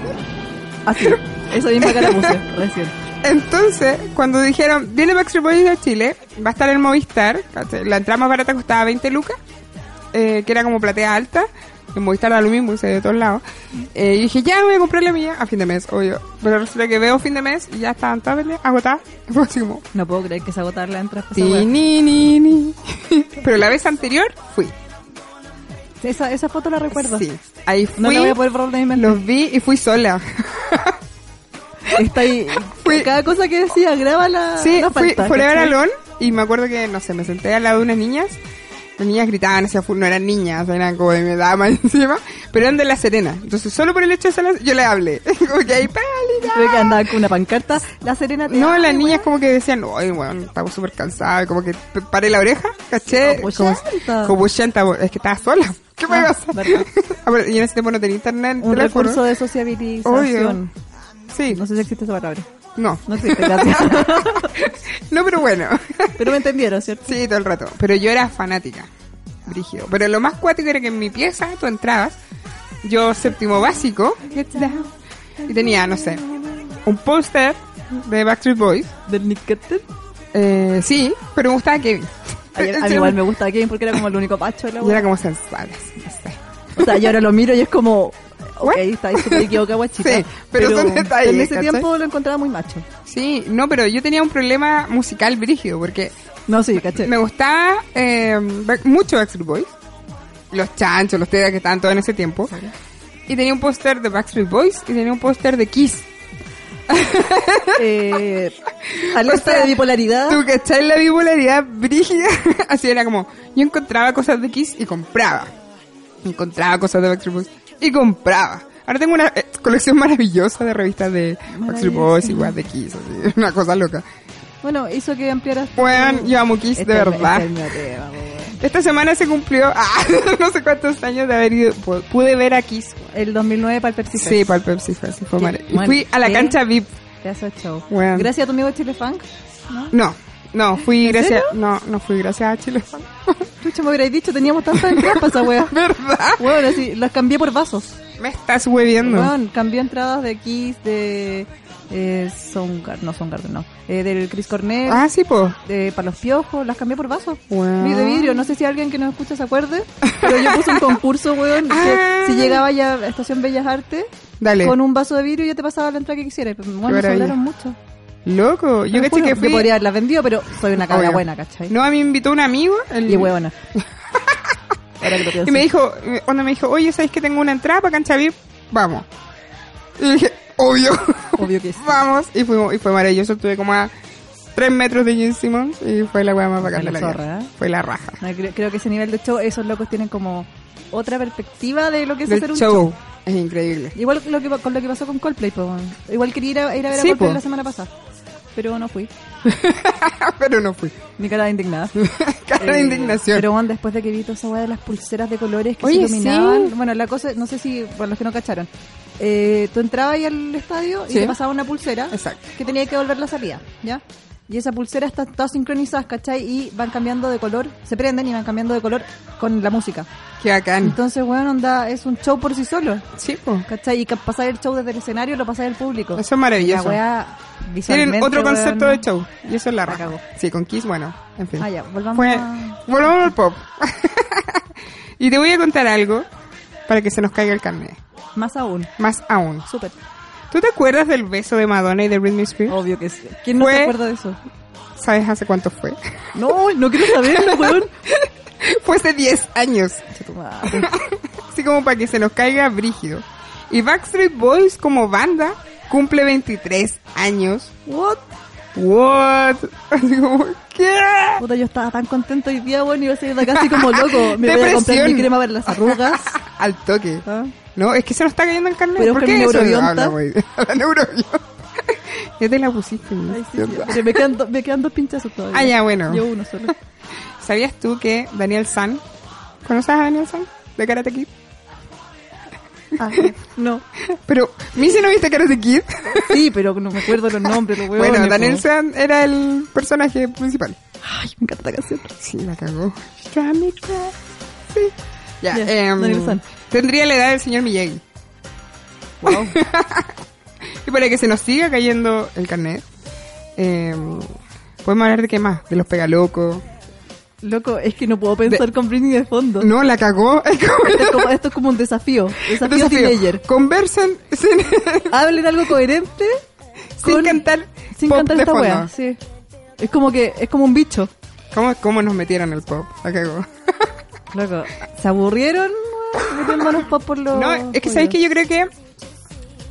B: Así. Esa misma cara puse recién.
C: Entonces, cuando dijeron, viene Backstreet Boys a Chile, va a estar en Movistar, ¿cachai? la entrada más barata costaba 20 lucas, eh, que era como platea alta, en Movistar da lo mismo, se de todos lados. Eh, y dije, ya voy a comprar la mía a fin de mes, obvio. Pero resulta que veo fin de mes y ya estaban todas vendidas, agotadas. Y fue así como,
B: No puedo creer que es agotar la entrada. para
C: ti,
B: esa wea.
C: ni, ni, ni. Pero la vez anterior fui.
B: Esa, esa foto la recuerdo.
C: Sí. Ahí fui,
B: No la voy a poder borrar de mi mente.
C: los vi y fui sola.
B: Está ahí.
C: Fui-
B: Cada cosa que decía, graba la.
C: Sí,
B: la
C: fui
B: falta,
C: Forever
B: ¿cachai?
C: Alone y me acuerdo que, no sé, me senté al lado de unas niñas. Las niñas gritaban, o sea, fu- no eran niñas, eran como de mi edad más encima, pero eran de La Serena. Entonces, solo por el hecho de ser la- yo le hablé. como que ahí, pálida.
B: Creo que andaba con una pancarta. La Serena te
C: No,
B: ama,
C: las
B: wea.
C: niñas como que decían, ay, bueno, estamos súper cansadas, como que p- paré la oreja, caché.
B: pues, Como
C: como-
B: 80.
C: Como 80, bo- es que estaba sola. ¿Qué me
B: Ah,
C: iba a hacer?
B: verdad.
C: Ah, bueno, y en ese tiempo no tenía internet,
B: Un
C: teléfono.
B: recurso de sociabilización.
C: Sí,
B: No sé si existe esa palabra.
C: no.
B: No existe, gracias.
C: No, pero bueno.
B: Pero me entendieron, ¿cierto?
C: Sí, todo el rato. Pero yo era fanática. Brígido. Pero lo más cuático era que en mi pieza tú entrabas, yo séptimo básico, y tenía, no sé, un póster de Backstreet Boys.
B: Del Nick Carter.
C: Eh, sí, pero me gustaba Kevin.
B: A
C: Eh,
B: mí- a mí igual me gustaba Kevin porque era como el único pacho de la
C: Y
B: wea.
C: era como sensual, así, no sé.
B: O sea, yo ahora lo miro y es como. Ok,
C: What?
B: está ahí súper equivocado, guachita.
C: Sí, pero son detalles,
B: En ese
C: ¿cachai?
B: tiempo lo encontraba muy macho.
C: Sí, no, pero yo tenía un problema musical brígido, porque
B: No, sí, caché.
C: me gustaba eh, Back- mucho Backstreet Boys. Los chanchos, los tedas que estaban todos en ese tiempo. Y tenía un póster de Backstreet Boys y tenía un póster de Kiss.
B: Eh,
C: O
B: alerta
C: sea,
B: de bipolaridad.
C: Tú cachai la bipolaridad brígida. Así era como, yo encontraba cosas de Kiss y compraba. Encontraba cosas de Backstreet Boys y compraba. Ahora tengo una eh, colección maravillosa de revistas de Backstreet Boys y weas de Kiss. así, una cosa loca.
B: Bueno, hizo que ampliaras. tu-
C: Weón, yo amo Kiss,
B: Este
C: de
B: es-
C: verdad.
B: este es mi tema, weón.
C: Esta semana se cumplió, ah, no sé cuántos años de haber ido, pu- pude ver a Kiss. weón.
B: El 2009 para el Percy
C: Sí, para el Pepsi Fest, sí, fue
B: Sí,
C: mare- Y
B: bueno,
C: fui a la
B: pues. ¿qué?
C: cancha VIP.
B: Gracias, show.
C: Weón.
B: Gracias a tu amigo Chile Funk.
C: No, no, fui
B: ¿En
C: gracias, no, no fui gracias a Chile.
B: Chucha, me hubierais dicho, teníamos tantas entradas para esa wea.
C: ¿Verdad?
B: Bueno, así, las cambié por vasos.
C: Me estás hueviendo.
B: Weón, cambié entradas de Kiss, de eh, Soundgarden, no Soundgarden, no. Eh, del Chris Cornell,
C: Ah, sí, po.
B: de, para los piojos, las cambié por vasos.
C: Weón.
B: Y de vidrio, no sé si alguien que nos escucha se acuerde, pero yo puse un concurso, weón,
C: Ah.
B: que si llegaba ya a Estación Bellas Artes,
C: Dale.
B: con un vaso de vidrio ya te pasaba la entrada que quisieras. Pero, Bueno, se
C: maravilla.
B: hablaron mucho.
C: Loco, yo
B: Te
C: caché
B: juro,
C: que
B: Yo
C: fui.
B: podría haberlas vendido, pero soy una cabra
C: Obvio.
B: buena, ¿cachai?
C: No, a mí me invitó un amigo. el-
B: Y huevona. Ahora que lo pienso.
C: Y me dijo, eh, onda me dijo, oye, ¿sabes que tengo una entrada para cancha VIP? Vamos. Y dije, obvio,
B: Obvio que sí.
C: vamos. Y fue, y fue maravilloso, estuve como a tres metros de Jim Simmons y fue la weá más bacán
B: Fue
C: de
B: la
C: la vida.
B: zorra, ¿eh?
C: Fue la raja.
B: No, creo, creo que ese nivel de show, esos locos tienen como otra perspectiva de lo que es
C: Del
B: hacer un
C: show.
B: show.
C: Es increíble.
B: Igual lo que, con lo que pasó con Coldplay, po, weón. igual quería ir a, ir a ver
C: Sí,
B: a Coldplay
C: po.
B: la semana pasada, pero no fui.
C: Pero no fui.
B: Mi cara de indignada.
C: Cara de
B: Eh,
C: indignación.
B: Pero bueno, después de que vi toda esa weá de las pulseras de colores que
C: Oye,
B: se iluminaban.
C: sí.
B: Bueno, la cosa, no sé si, por los que no cacharon. Eh, tú entrabas ahí al estadio
C: Sí.
B: y te pasaba una pulsera
C: Exacto.
B: que tenía que volver la salida, ¿ya? Y esa pulsera está todas sincronizadas, ¿cachai? Y van cambiando de color, se prenden y van cambiando de color con la música.
C: Qué bacán.
B: Entonces, weón, onda, es un show por sí solo,
C: Sí, po.
B: ¿cachai? Y pasar el show desde el escenario lo pasáis al público.
C: Eso es
B: La
C: maravilloso.
B: weá
C: Tienen
B: visualmente,
C: otro concepto
B: weón.
C: de show. Y eso es la
B: La
C: raja.
B: cagó.
C: Sí, con Kiss, bueno, en fin.
B: Ah, ya, volvamos
C: Fue-
B: a...
C: volvamos al pop. y te voy a contar algo para que se nos caiga el carnet.
B: Más aún,
C: Más aún.
B: súper.
C: ¿Tú te acuerdas del beso de Madonna y de Britney Spears?
B: Obvio que sí. ¿Quién no
C: Fue-
B: se acuerda de eso?
C: ¿Sabes hace cuánto fue?
B: No, no quiero saberlo, weón.
C: fue hace 10 años.
B: Che, tu madre.
C: Así como para que se nos caiga brígido. Y Backstreet Boys como banda cumple 23 años.
B: What?
C: What? Así como, ¿qué?
B: Puta, yo estaba tan contento hoy día, weón, iba a salir de acá así como loco. Me voy a comprar
C: Depresión.
B: mi crema para las arrugas.
C: Al toque.
B: ¿Ah?
C: No, es que se nos está cayendo el carnet.
B: Pero
C: ¿Por
B: con
C: qué eso
B: neurobionta.
C: habla, güey? La neurobionta. ya te la pusiste. ¿no?
B: Ay, sí, sí. Pero me quedan, do- me quedan dos pinchazos todavía.
C: Ah, ya, bueno.
B: Yo uno solo.
C: ¿Sabías tú que Daniel San... ¿Conoces a Daniel San? De Karate Kid.
B: Ah, no.
C: Pero, ¿Missy no viste Karate Kid?
B: Sí, pero no me acuerdo los nombres, los huevones.
C: bueno, Daniel
B: po.
C: San era el personaje principal.
B: Ay, me encanta la canción.
C: Sí, la cagó. Drive me crazy. Ya,
B: Ya,
C: em,
B: Daniel San.
C: Tendría la edad del señor Miyagi.
B: Wow.
C: Y para que se nos siga cayendo el carnet, eh, podemos hablar de qué más, de los pegalocos.
B: Loco, es que no puedo pensar
C: De-
B: con Britney de fondo.
C: No, la cagó. Es como-
B: Esto, es como, esto es como un desafío. Desafío,
C: Desafío.
B: teenager.
C: Conversen sin,
B: Hablen algo coherente
C: sin
B: Con-
C: cantar.
B: sin
C: pop
B: cantar
C: de
B: esta
C: fondo.
B: wea. Sí. Es como que, es como un bicho.
C: ¿Cómo, ¿Cómo nos metieron el pop? La cagó.
B: Loco, se aburrieron, weón? Se metieron manos pop por los.
C: No, es que sabes que yo creo que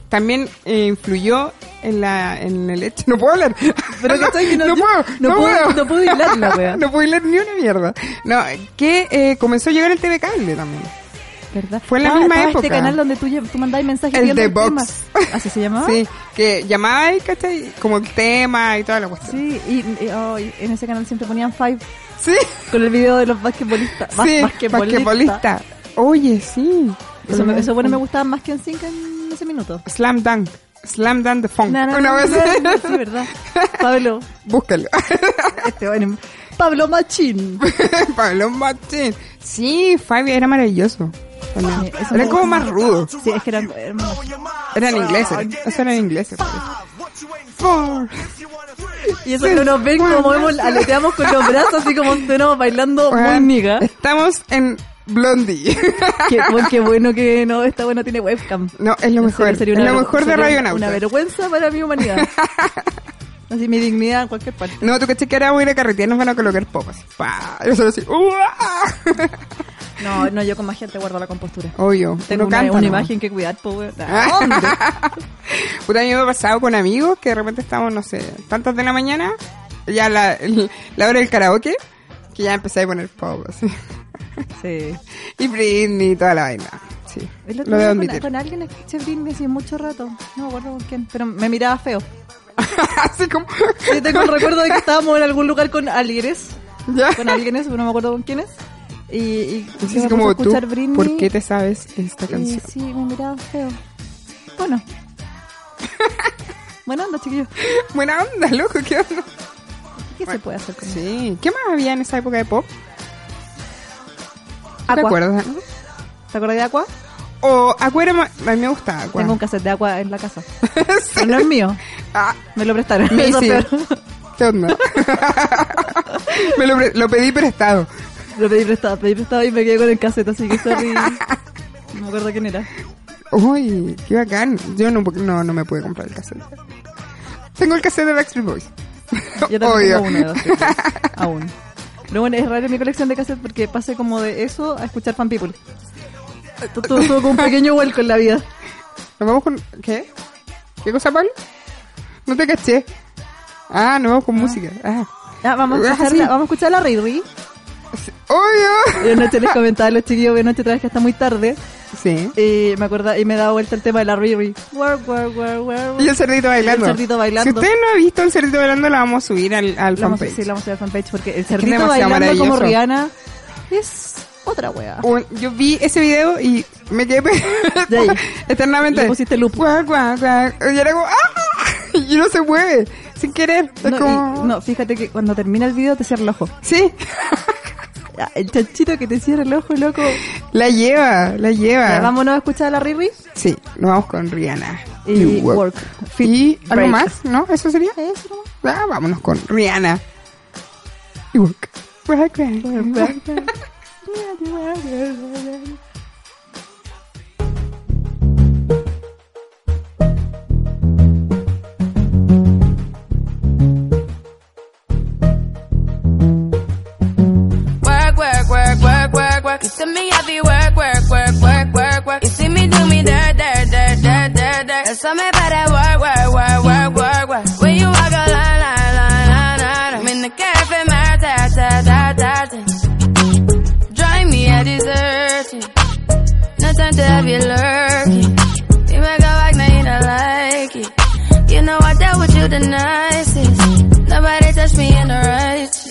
C: también eh, influyó en la en el hecho. No puedo hablar.
B: Pero que estoy que no-
C: no,
B: yo-
C: puedo,
B: no
C: no
B: puedo-
C: puedo.
B: no puedo hilar la wea.
C: No puedo hilar ni una mierda. No, que eh, comenzó a llegar el TV Cable también.
B: ¿Verdad?
C: Fue en la
B: Ah,
C: misma
B: estaba
C: época.
B: este canal donde tú, lle- tú mandabas mensajes
C: El
B: pidiendo
C: The
B: tema.
C: Box.
B: ¿Así se llamaba?
C: Sí, que llamaba y ¿cachai? Como el tema y toda la cuestión.
B: Sí, y, y- oh, y en ese canal siempre ponían Five
C: Sí,
B: con el video de los basquetbolistas. Bas-
C: sí,
B: basquetbolista.
C: basquetbolista. Oye, sí.
B: Eso, me- eso bueno me gustaban más que en Sync en ese minuto.
C: Slam Dunk. Slam Dunk the Funk.
B: Na, na, na,
C: Una vez.
B: na, na, Sí, verdad. Pablo,
C: Búscalo.
B: este bueno, Pablo Machín.
C: Pablo Martín. Sí, Fabi era maravilloso. También.
B: Sí, Ah, eso
C: Era
B: me-
C: como más rudo.
B: Sí, es que eran hermanos.
C: Eran ingleses. Eso eran ingleses. Four.
B: Y eso que nos ven como vemos, aleteamos con los brazos así como tenemos bailando muy
C: Juan,
B: miga.
C: Estamos en Blondie.
B: Qué, bueno- qué bueno que no, esta buena tiene webcam.
C: No, es lo
B: En
C: mejor.
B: serio, sería
C: es
B: una
C: lo
B: ver-
C: mejor de
B: sería
C: Radio
B: Una
C: Nauta.
B: vergüenza para mi humanidad. Así mi dignidad en cualquier parte.
C: No, tú caché que ahora voy a ir a carretear nos van a colocar pop así. Pa. Yo solo así. ¡uah!
B: No, no, yo con más gente guardo la compostura.
C: Obvio.
B: Tengo
C: uno
B: una,
C: canta,
B: una
C: ¿no? Ah.
B: imagen que cuidar, po, weón. ¿A dónde?
C: Puta, a mí me ha pasado con amigos que de repente estamos, no sé, tantas de la mañana, ya la, el- la hora del karaoke, que ya empecé a poner pop así.
B: Ah, Sí.
C: Y Britney y toda la vaina. Sí.
B: El otro
C: Lo
B: día con,
C: debo admitir.
B: con alguien escuché Britney hace mucho rato. No me acuerdo con quién, pero me miraba feo.
C: así como.
B: Yo tengo el recuerdo de que estábamos en algún lugar con alguienes.
C: Ya.
B: Con alguienes, no me acuerdo con quiénes. Y, y yo me
C: Así
B: puse a
C: como tú.
B: escuchar Britney.
C: ¿Por qué te sabes esta
B: Y
C: canción?
B: sí, me miraba feo. Bueno. Bueno, anda, chiquillos.
C: Buena onda, loco, qué onda.
B: ¿Qué se puede hacer con eso?
C: Sí. ¿Qué más había en esa época de pop? ¿Te
B: Aqua.
C: acuerdas?
B: ¿Te acuerdas de Aqua?
C: O Aqua era ma- A mí me gustaba Aqua.
B: Tengo un cassette de Aqua en la casa.
C: Sí.
B: Pero no es mío.
C: Ah,
B: Me lo prestaron.
C: Me
B: Eso es
C: hice.
B: peor.
C: ¿Qué onda? me lo, pre- lo pedí prestado.
B: Lo pedí prestado, pedí prestado y me quedé con el cassette, así que sorry. No me acuerdo quién era.
C: Uy, qué bacán. Yo no, no, no me pude comprar el cassette. Tengo el cassette de Backstreet Boys.
B: Yo también tengo uno de dos tipos, aún. Pero bueno, es raro mi colección de cassettes porque pasé como de eso a escuchar Fan People. Tu- tu- Tuve como un pequeño vuelco en la vida.
C: Nos vamos con... ¿Qué? ¿Qué cosa, Pablo? No te caché. Ah, nos vamos con música. Ah.
B: Ah, vamos, a
C: Ah,
B: escuchar
C: sí.
B: la, vamos a escuchar la Riri.
C: ¡Obvio!
B: Yo anoche les comentaba a los chiquillos, de noche que hasta muy tarde.
C: Sí.
B: Y me acordaba, y me daba vuelta el tema de la Riri. Work, work, work, work.
C: Y el cerdito bailando.
B: Y el cerdito bailando.
C: Si usted no ha visto el cerdito bailando, la vamos a subir al, al
B: La vamos a
C: fanpage.
B: sí, la vamos a hacer fanpage porque el
C: que es
B: cerdito
C: demasiado
B: bailando como
C: maravilloso. Uh,
B: Rihanna es otra wea.
C: Un- yo vi ese video y me quedé pe-
B: De ahí.
C: eternamente.
B: Le pusiste loop.
C: Guau, guau, guau. Y era como, ¡ah! Y no se mueve, sin querer. Es
B: No, y-
C: como,
B: no, fíjate que cuando termina el video te cierra el ojo.
C: Sí,
B: Ah, El chanchito que te cierra el ojo, loco.
C: la lleva, la lleva.
B: Ya, vámonos a escuchar a la Riri.
C: Sí, nos vamos con Rihanna.
B: Y Work.
C: Y
B: Fit
C: algo
B: Break.
C: más, ¿no? ¿Eso sería?
B: Eso nomás.
C: Ah, vámonos con Rihanna. Y Work. Work, work, work, work, work.
F: Work, work, work, work, work, work. You see me heavy work, work, work, work, work, work. You see me do me dirt, dirt, dirt, dirt, dirt, dirt. Now tell me about that work, work, work, work, work, work. When you walk a line, line, line, line, line. I'm in the cafe, my ta, ta, ta, ta, ta. Drive me a dessert. No time to have you lurking. You make a like, now you don't like it. You know I dealt with you the nicest. Nobody touched me in the righteous.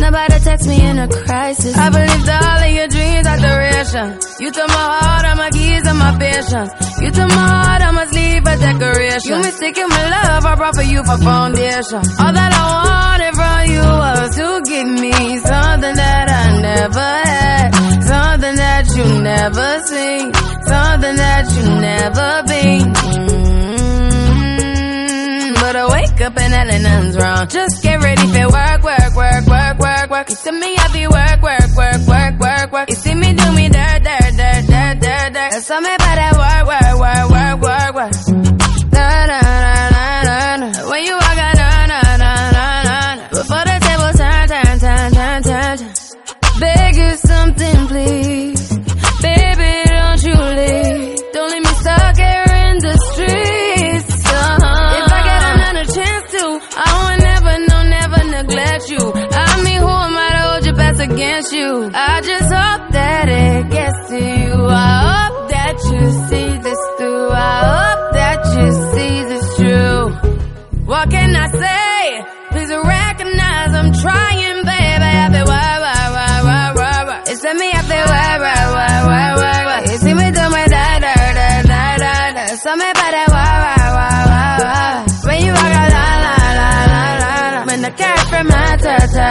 F: Nobody text me in a crisis. I believed all of your dreams are duration. You took my heart, all my keys, and my patience. You took my heart, I must leave a decoration. You mistaken my love, I brought for you for foundation. All that I wanted from you was to give me something that I never had, something that you never seen, something that you never been. Mm. uh. Just get ready for work, work, work, work, work, work. You see me heavy work, work, work, work, work, work. You see me do me dirt, dirt, dirt, dirt, dirt, dirt. That's all me better work, work, work, work, work, work. Na na na na na na. When you walk out, na na na na na na. Before the table turn, turn, turn, turn, turn, turn. Beg you something, please. Baby, don't you leave. Don't leave me stuck here in the streets. Uh-huh. If I get another chance to, I will never, no, never neglect you. I mean, who am I to hold your best against you? I just hope that it gets to you. I hope that you see this through. I hope that you see this true. What can I say? Please recognize I'm trying, baby. I've been why, why, why, why, why, why. It's me, I've been why, why, why, why, why, why. You see me do my da, da, da, da, da, da. So me better why, why, why, why, why. When you walk out, la, la, la, la, la, la. When the cat from my ta, ta,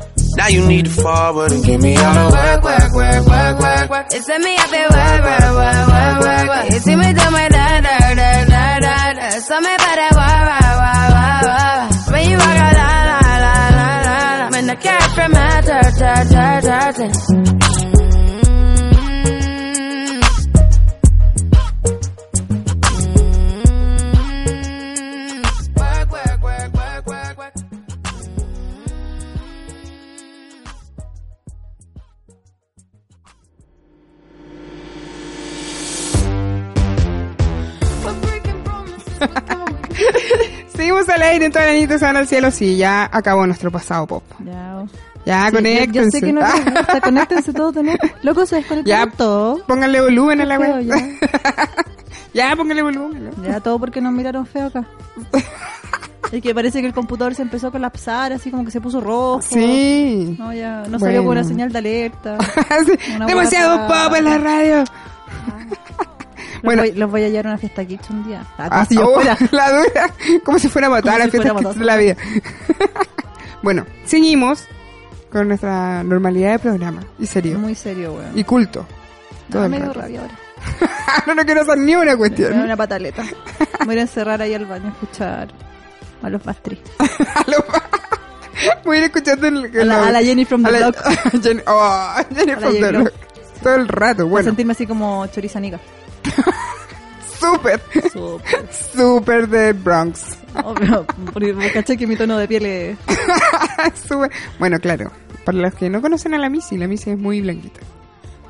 H: Now you need to forward and give me all the work, work, work, work, work, work.
F: It's a me happy work, work, work, work, work, work. You see me do my da da da da da da. So me better work, work, work, work, work. When you walk out, la la la la la la. When the cat from my ta ta ta ta ta. Work, work, work, work, work, work.
C: Seguimos al aire en toda la niñita se van al cielo. Sí, ya acabó nuestro pasado pop.
B: Ya.
C: Ya,
B: Sí,
C: Ah, conéctense.
B: Yo, yo sé que no les gusta, conéctense todos de nuevo. Loco, se
C: Ya,
B: desconectaron todo.
C: Pónganle volumen a la
B: Feo,
C: web.
B: ya.
C: Ya, póngale volumen.
B: Ya, todo porque nos miraron feo acá. Es que parece que el computador se empezó a colapsar, así como que se puso rojo.
C: Sí.
B: No, ya, no
C: Bueno.
B: salió con una señal de alerta.
C: Sí,
B: Una
C: Demasiado
B: guapa.
C: pop en la radio.
B: Los,
C: Bueno.
B: voy, los voy a llevar a una fiesta kitsch un día. Ah, como
C: Ah,
B: si yo
C: oh,
B: fuera.
C: la dura. Como si fuera a matar
B: Como
C: a
B: si
C: fiestas
B: fuera a
C: que de la vida. bueno, seguimos con nuestra normalidad de programa. Y serio.
B: Muy serio, weón.
C: Y culto. Todo
B: Ah,
C: el
B: me dio
C: rato. Ah,
B: rabia ahora.
C: no, no quiero hacer ni una
B: Me da
C: cuestión.
B: una pataleta. Me voy a encerrar ahí al baño a escuchar a los pastries.
C: A lo- Voy a ir escuchando el,
B: A la- a la Jenny from the
C: a la-
B: block.
C: Jenny, oh, Jenny
B: A la
C: from
B: Jenny
C: the
B: Block.
C: block. Todo el rato,
B: Para
C: bueno.
B: sentirme así como chorizanica.
C: Súper,
B: Súper.
C: súper de Bronx.
B: Obvio, porque caché que mi tono de piel es...
C: Súper- Bueno, claro, para los que no conocen a la Missy, la Missy es muy blanquita.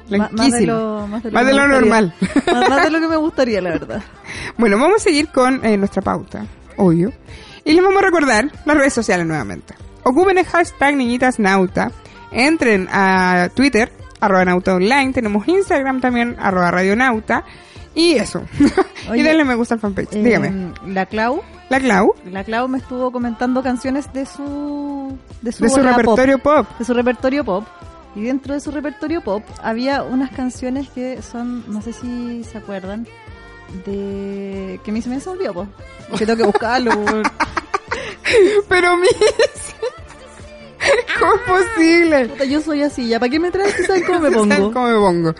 B: Ma-
C: Blanquísima.
B: Más de lo, más de lo,
C: Más
B: que
C: de
B: me
C: lo
B: gustaría.
C: normal.
B: Más, más de lo que me gustaría, la verdad.
C: Bueno, vamos a seguir con eh, nuestra pauta, obvio. Y les vamos a recordar las redes sociales nuevamente. Ocupen el hashtag Niñitas Nauta. Entren a Twitter, arroba Nauta Online. Tenemos Instagram también, arroba Radio Nauta. Y eso.
B: Oye,
C: y denle me gusta al fanpage.
B: Eh,
C: Dígame.
B: La Clau,
C: La Clau,
B: la Clau me estuvo comentando canciones de su... De su,
C: de su
B: bola pop.
C: repertorio pop.
B: de su repertorio pop. Y dentro de su repertorio pop había unas canciones que son, no sé si se acuerdan, de que a mí se me se me olvidó, po. Es Que tengo que buscarlo. po.
C: Pero Missy, ¿cómo es posible?
B: Puta, yo soy así, ya para qué me traes que saben cómo me
C: ¿Saben
B: pongo.
C: cómo me pongo?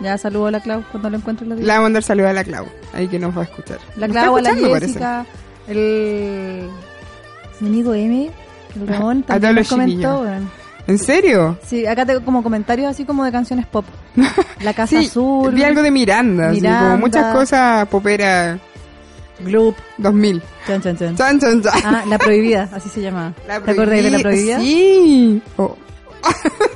B: Ya saludo a la Clau cuando lo encuentro en la
C: Le
B: vida.
C: voy a mandar saludos a la Clau, ahí que nos va a escuchar.
B: La,
C: Nos está
B: Clau, a la
C: escuchando, parece.
B: Jessica, el Menido M, el Ramón
C: A todos
B: también nos
C: los
B: comentó.
C: chiquillos.
B: weón.
C: ¿En serio?
B: Sí, acá tengo como comentarios así como de canciones pop. La Casa
C: sí,
B: Azul,
C: vi algo de Miranda, así,
B: Miranda.
C: como muchas cosas popera
B: Gloop,
C: 2000.
B: chan, chan, chan.
C: Chan, chan, chan.
B: Ah, La Prohibida, así se llamaba.
C: La
B: ¿Te acordás de La Prohibida?
C: Sí. Oh,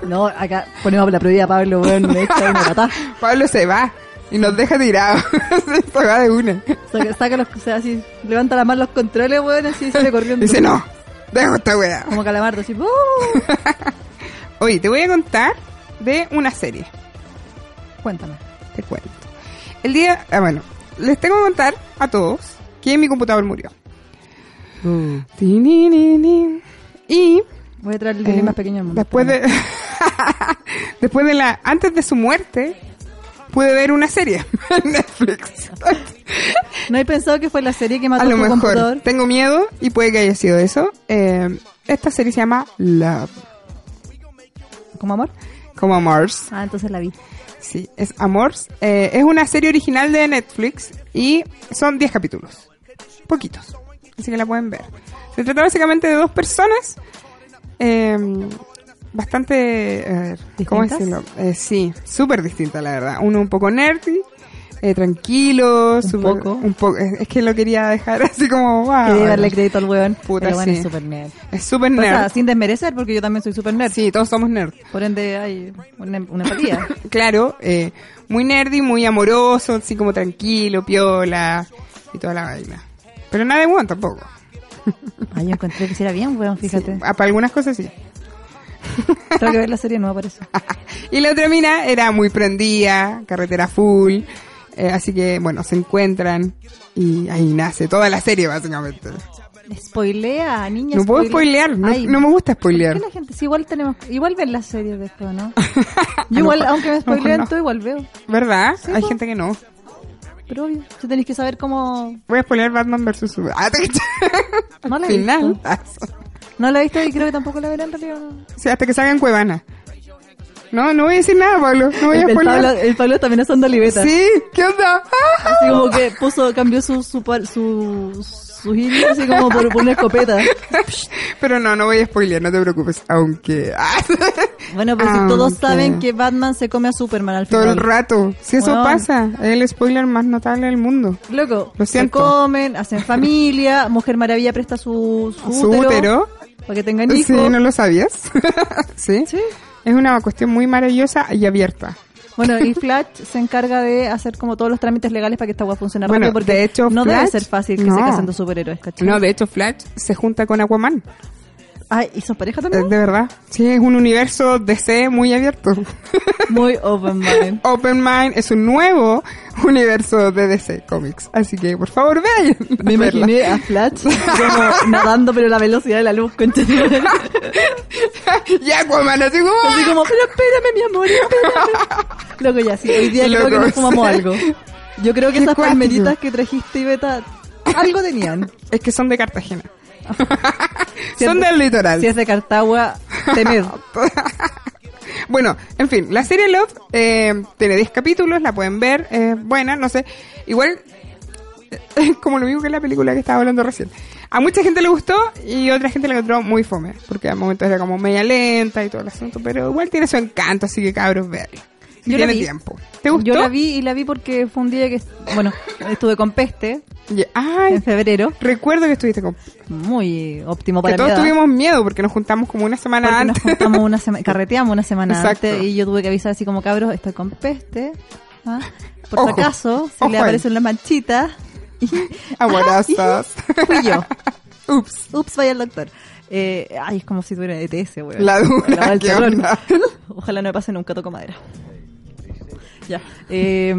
B: No, acá ponemos La Prohibida, Pablo, bueno, me echa una patada.
C: Pablo se va. Y nos deja tirados. Esto va de una.
B: Saca, saca los, o sea, así, levanta la mano los controles, weón, así sale corriendo.
C: Dice, no, dejo esta weá.
B: Como calamardo, así, ¡uh!
C: Oye, te voy a contar de una serie.
B: Cuéntame.
C: Te cuento. El día, ah, bueno, les tengo que contar a todos que mi computador murió.
B: Mm.
C: Tinininín. Y
B: Voy a traer el delay
C: Eh,
B: más pequeño del mundo.
C: Después de, después de la, antes de su muerte, pude ver una serie en Netflix.
B: No he pensado que fue la serie que mató
C: A lo
B: tu
C: mejor
B: computador.
C: tengo miedo y puede que haya sido eso. Eh, esta serie se llama Love,
B: ¿Como amor?
C: como Mars.
B: Ah, entonces la vi.
C: Sí, es Amors. Eh, es una serie original de Netflix y son 10 capítulos. Poquitos. Así que la pueden ver. Se trata básicamente de dos personas. eh, bastante... a ver, ¿Cómo
B: ¿Distintas?
C: decirlo? Eh, sí, súper distinta la verdad. Uno un poco nerdy. eh, tranquilo, un
B: poco.
C: un poco, es es que lo quería dejar así como, wow,
B: Quería darle crédito al weón.
C: Ah, Puta,
B: pero bueno,
C: sí.
B: es super nerd.
C: es súper
B: O sea,
C: nerd.
B: sin desmerecer, porque yo también soy super nerd.
C: Sí, todos somos nerds.
B: Por ende, hay una, una empatía.
C: claro, eh, muy nerdy, muy amoroso, así como tranquilo, piola y toda la vaina. Pero nada de bueno tampoco.
B: Ay, yo encontré que sí era bien, weón, fíjate.
C: Ah, Para algunas cosas sí.
B: Tengo que ver la serie nueva por eso.
C: Y la otra mina era muy prendida, carretera full. eh, así que, bueno, se encuentran y ahí nace toda la serie, básicamente.
B: Spoilea, niña.
C: No puedo
B: spoilea.
C: spoilear, no,
B: Ay,
C: no me gusta
B: ¿por qué
C: spoilear.
B: la gente? Sí, igual tenemos, igual ven las series de esto, ¿no? Yo
C: A lo
B: igual,
C: mejor-
B: aunque
C: a
B: me
C: lo mejor
B: spoilean
C: no.
B: todo, igual veo.
C: ¿Verdad? Hay
B: po.
C: gente que no.
B: Pero obvio, tú tenés que saber cómo...
C: Voy a spoilear Batman vs. Superman. Ah, te cachai.
B: No la he
C: Final.
B: visto. No la he visto y creo que tampoco la veré en realidad. no.
C: O sea, hasta que salgan Cuevana. No, no voy a decir nada, Pablo. No voy a
B: El, el
C: spoilear.
B: Pablo, el Pablo también es onda libeta.
C: Sí, ¿qué onda? ¡Ah!
B: Así como que puso, cambió su, su, par- su, su himno así como por, por una escopeta.
C: Pero no, no voy a spoilear, no te preocupes, aunque ah,
B: Bueno, pero
C: Ah,
B: si todos
C: ok.
B: saben que Batman se come a Superman al
C: todo
B: final.
C: el rato. Si eso
B: Weón.
C: pasa, es el spoiler más notable del mundo.
B: Loco,
C: Lo
B: se
C: siento.
B: comen, hacen familia, Mujer Maravilla presta su, su,
C: Su
B: útero,
C: útero.
B: para que tengan hijos.
C: ¿eh? Sí, ¿no lo sabías? ¿Sí?
B: Sí.
C: Es una cuestión muy maravillosa y abierta.
B: Bueno, y Flash se encarga de hacer como todos los trámites legales para que esta agua funcione
C: Bueno,
B: rápido, porque
C: de hecho,
B: no debe
C: Flash-
B: ser fácil que
C: no.
B: se casen dos superhéroes, ¿cachai?
C: No, de hecho, Flash se junta con Aquaman.
B: Ay, ¿y son pareja
C: eh,
B: también?
C: Ah, De verdad. Sí, es un universo DC muy abierto.
B: Muy open mind.
C: Open Mind es un nuevo universo de DC Comics. Así que, por favor, vean.
B: Me
C: Verla.
B: imaginé a Flash como nadando, pero a la velocidad de la luz, concha. de madre.
C: y Aquaman, así como...
B: Así como, pero espérame, mi amor, espérame. Loco, ya, sí, hoy día creo
C: Loco,
B: que nos fumamos
C: sí.
B: algo. Yo creo que
C: Qué
B: esas
C: cuático.
B: palmeritas que trajiste, Iveta, algo tenían.
C: Es que son de Cartagena.
B: Cierto.
C: son del litoral.
B: Si es de Cartagua, temed.
C: bueno, en fin, la serie Love eh, tiene 10 capítulos, la pueden ver, eh, buena, no sé. Igual, es como lo mismo que la película que estaba hablando recién. A mucha gente le gustó y otra gente la encontró muy fome, porque al momento era como media lenta y todo el asunto, pero igual tiene su encanto, así que cabros, verla. Si
B: Yo la
C: tiene
B: vi.
C: tiempo. ¿Te gustó?
B: Yo la vi y la vi porque fue un día que, bueno, estuve con peste
C: Ya- Ay,
B: en febrero.
C: recuerdo que estuviste con...
B: Muy óptimo para
C: Que
B: mí.
C: todos tuvimos miedo porque nos juntamos como una semana
B: Porque nos
C: antes.
B: juntamos una semana, carreteamos una semana
C: Exacto.
B: antes y yo tuve que avisar así como cabros, estoy con peste. ¿ah? Por
C: Ojo.
B: si acaso, si
C: Ojo
B: le
C: ahí.
B: aparecen las manchitas.
C: Aborazas.
B: Fui yo.
C: Ups.
B: Ups, vaya al doctor. Eh, ay, es como si tuviera ETS, weón.
C: La dura,
B: La del
C: ¿qué
B: terror.
C: onda?
B: Ojalá no me pase nunca, toco madera. Ya. Eh,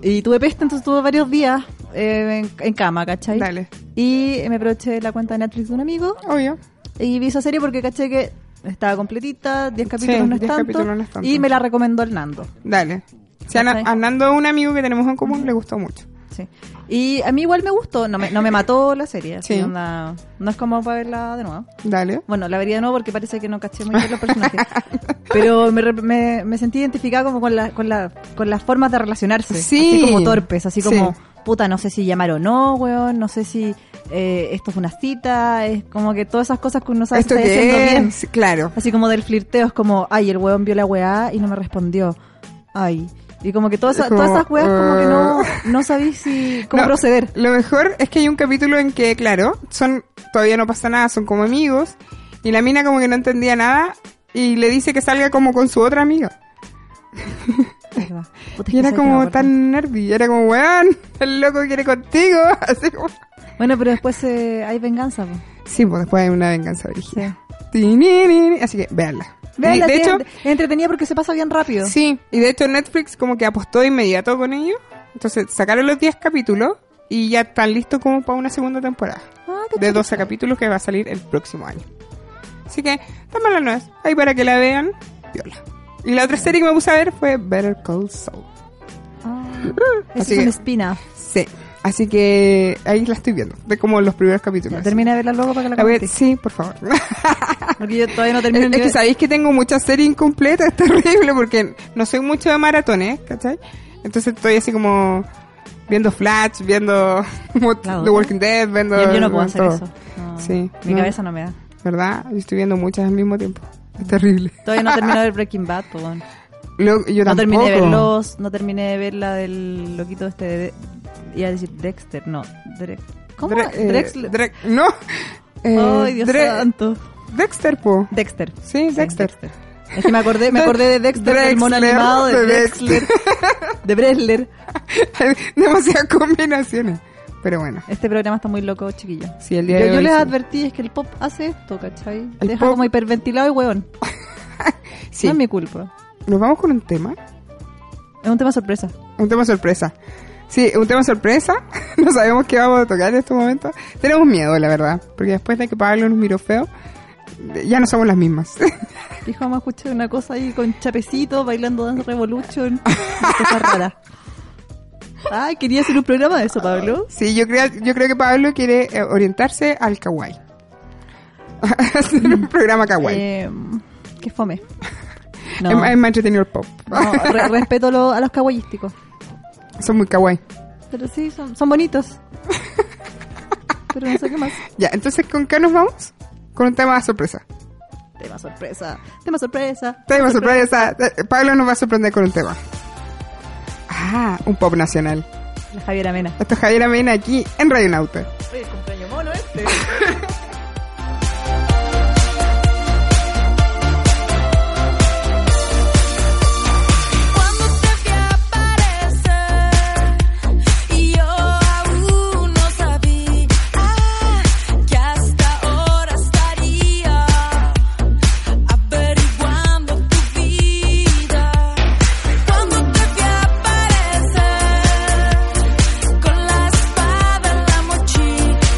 B: y tuve peste, entonces tuve varios días eh, en, en cama, ¿cachai?
C: Dale.
B: Y me aproveché la cuenta de Netflix de un amigo
C: Obvio.
B: y vi esa serie porque caché que estaba completita, 10 capítulos, no, es
C: 10
B: tanto,
C: capítulos no es tanto.
B: Y me la recomendó el Nando.
C: Dale. Si a, Na-
B: Ok.
C: a Nando, un amigo que tenemos en común, le gustó mucho.
B: Sí. Y a mí igual me gustó, no me, no me mató la serie. así
C: Sí.
B: onda, no es como para verla de nuevo.
C: Dale.
B: Bueno, la vería de nuevo porque parece que no caché muy bien los personajes. Pero me, re- me, me sentí identificada como con, la, con, la, con las formas de relacionarse.
C: Sí.
B: Así como torpes, así como,
C: Sí.
B: puta, no sé si llamar o no, weón, no sé si eh, esto es una cita, es como que todas esas cosas que uno sabe
C: ¿Esto
B: que está
C: qué
B: diciendo
C: es?
B: bien.
C: Sí, Claro.
B: Así como del flirteo, es como, ay, el weón vio la weá y no me respondió. Ay. Y como que todas,
C: Es como,
B: todas esas weas como que no,
C: eh.
B: no sabís si, cómo
C: No,
B: proceder.
C: Lo mejor es que hay un capítulo en que, claro, son todavía no pasa nada, son como amigos. Y la mina como que no entendía nada y le dice que salga como con su otra amiga.
B: Verdad. Puta, es
C: Y
B: que
C: era
B: se
C: como
B: acabó, ¿no?
C: tan nerdy, era como, weón, el loco quiere contigo. Así como-
B: Bueno, pero después eh, hay venganza. po.
C: Sí, pues después hay una venganza original. Así que véanla.
B: Véanla,
C: Y de
B: sí,
C: hecho,
B: es entretenida porque se pasa bien rápido.
C: sí, y de hecho Netflix como que apostó de inmediato con ello. Entonces sacaron los 10 capítulos y ya están listos como para una segunda temporada.
B: Ah, qué
C: de
B: chido.
C: 12 capítulos que va a salir el próximo año. Así que, tan mala no es. Ahí para que la vean, viola. Y la otra serie que me puse a ver fue Better Call Saul.
B: Ah,
C: Así Ah,
B: eso es
C: que-
B: una espina.
C: Sí. Así que ahí la estoy viendo. De como los primeros capítulos.
B: Termina de verla luego para que la
C: A ver,
B: comenté.
C: sí, por favor.
B: Porque yo todavía no termino.
C: es,
B: el
C: es que
B: nivel.
C: sabéis que tengo muchas series incompletas, es terrible, porque no soy mucho de maratones, ¿cachai? Entonces estoy así como viendo Flash, viendo como
B: La
C: The
B: otra.
C: Walking Dead, viendo...
B: yo, yo no puedo
C: bueno,
B: hacer
C: todo.
B: eso. No,
C: Sí,
B: mi
C: no.
B: cabeza no me da.
C: ¿Verdad? Yo estoy viendo muchas al mismo tiempo. Es terrible.
B: Todavía no termino de ver Breaking Bad, po, weón.
C: Lo- yo
B: No
C: tampoco.
B: terminé de ver Los, no terminé de ver la del loquito este de, iba a decir Dexter, no, Dre- ¿Cómo?
C: Dre- eh,
B: Drexler.
C: Dre- no. Eh,
B: Ay, Dios
C: Dre-
B: santo.
C: Dexter, po.
B: Dexter.
C: Sí, Dexter.
B: Es que me acordé, me acordé de Dexter, del mono
C: Drexler,
B: animado, de,
C: de
B: Dexler, de Bresler.
C: Hay Demasiadas combinaciones. Pero bueno.
B: Este programa está muy loco, chiquillo.
C: Sí, el
B: Yo,
C: día de
B: yo
C: hoy
B: les
C: sí.
B: advertí, es que el pop hace esto, ¿cachai?
C: El
B: Deja
C: pop-
B: como hiperventilado y hueón.
C: Sí.
B: No es mi culpa.
C: Nos vamos con un tema.
B: Es un tema sorpresa.
C: Un tema sorpresa. Sí, un tema sorpresa. no sabemos qué vamos a tocar en estos momentos. Tenemos miedo, la verdad. Porque después de que Pablo nos miró feo, de- ya no somos las mismas.
B: Dijo, vamos a escuchar una cosa ahí con chapecito, bailando Dance Revolution, cosas raras. Ay, quería hacer un programa de eso, Pablo.
C: sí, yo creo, yo creo que Pablo quiere eh, orientarse al kawaii. Hacer un programa kawaii. Em,
B: Eh, qué fome. No,
C: Es, ma- es más entretenido el pop. Ah,
B: no, re- respeto lo- a los kawaiísticos.
C: Son muy kawaii.
B: Pero sí, son, son bonitos. Pero no sé qué más.
C: Ya, entonces, ¿con qué nos vamos? Con un tema sorpresa.
B: Tema sorpresa, tema sorpresa.
C: Tema sorpresa. Eh, Pablo nos va a sorprender con un tema. Ah, un pop nacional.
B: La Javiera Mena.
C: Esto es Javier Amena aquí en Radio Nauta. este.
F: Cuando te fui a aparecer y yo aún no sabía ah, que hasta ahora estaría averiguando tu vida. Cuando te fui a aparecer con la espada en la mochila
G: este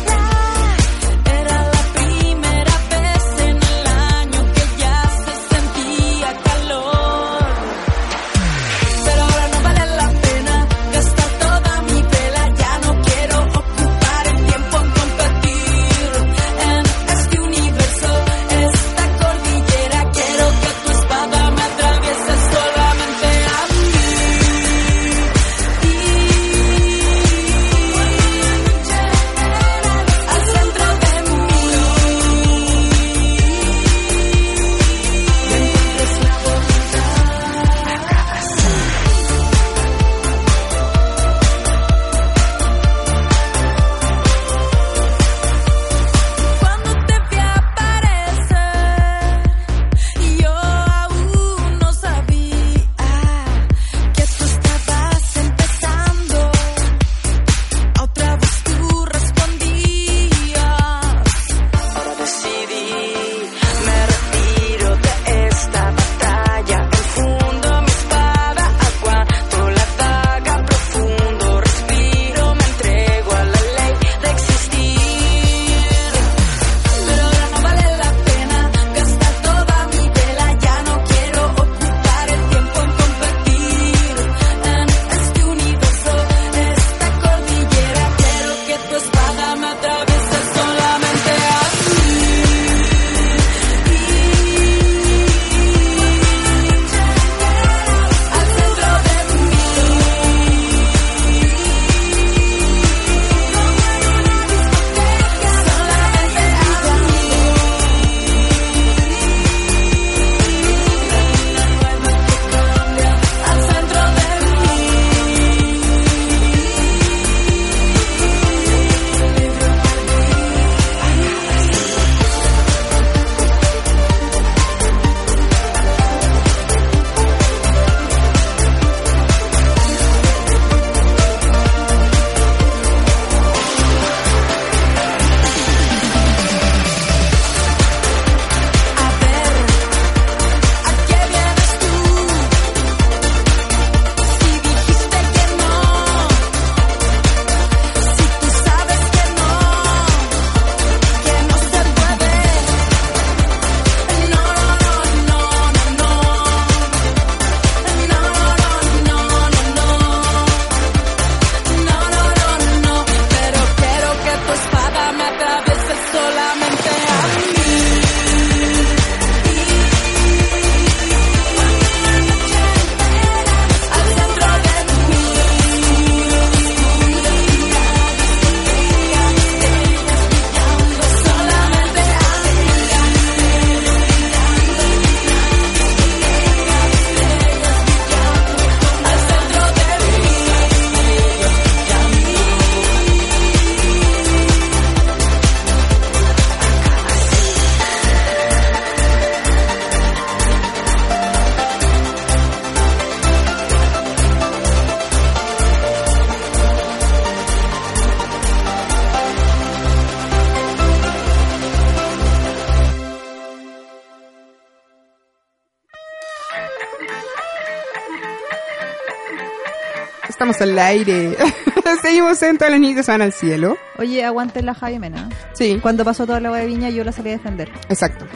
C: Estamos al aire. Seguimos en todas las niñitas van al cielo.
B: Oye, aguante la Javi Mena.
C: Sí.
B: Cuando pasó toda la agua de viña, yo la salí a defender.
C: Exacto.
B: Me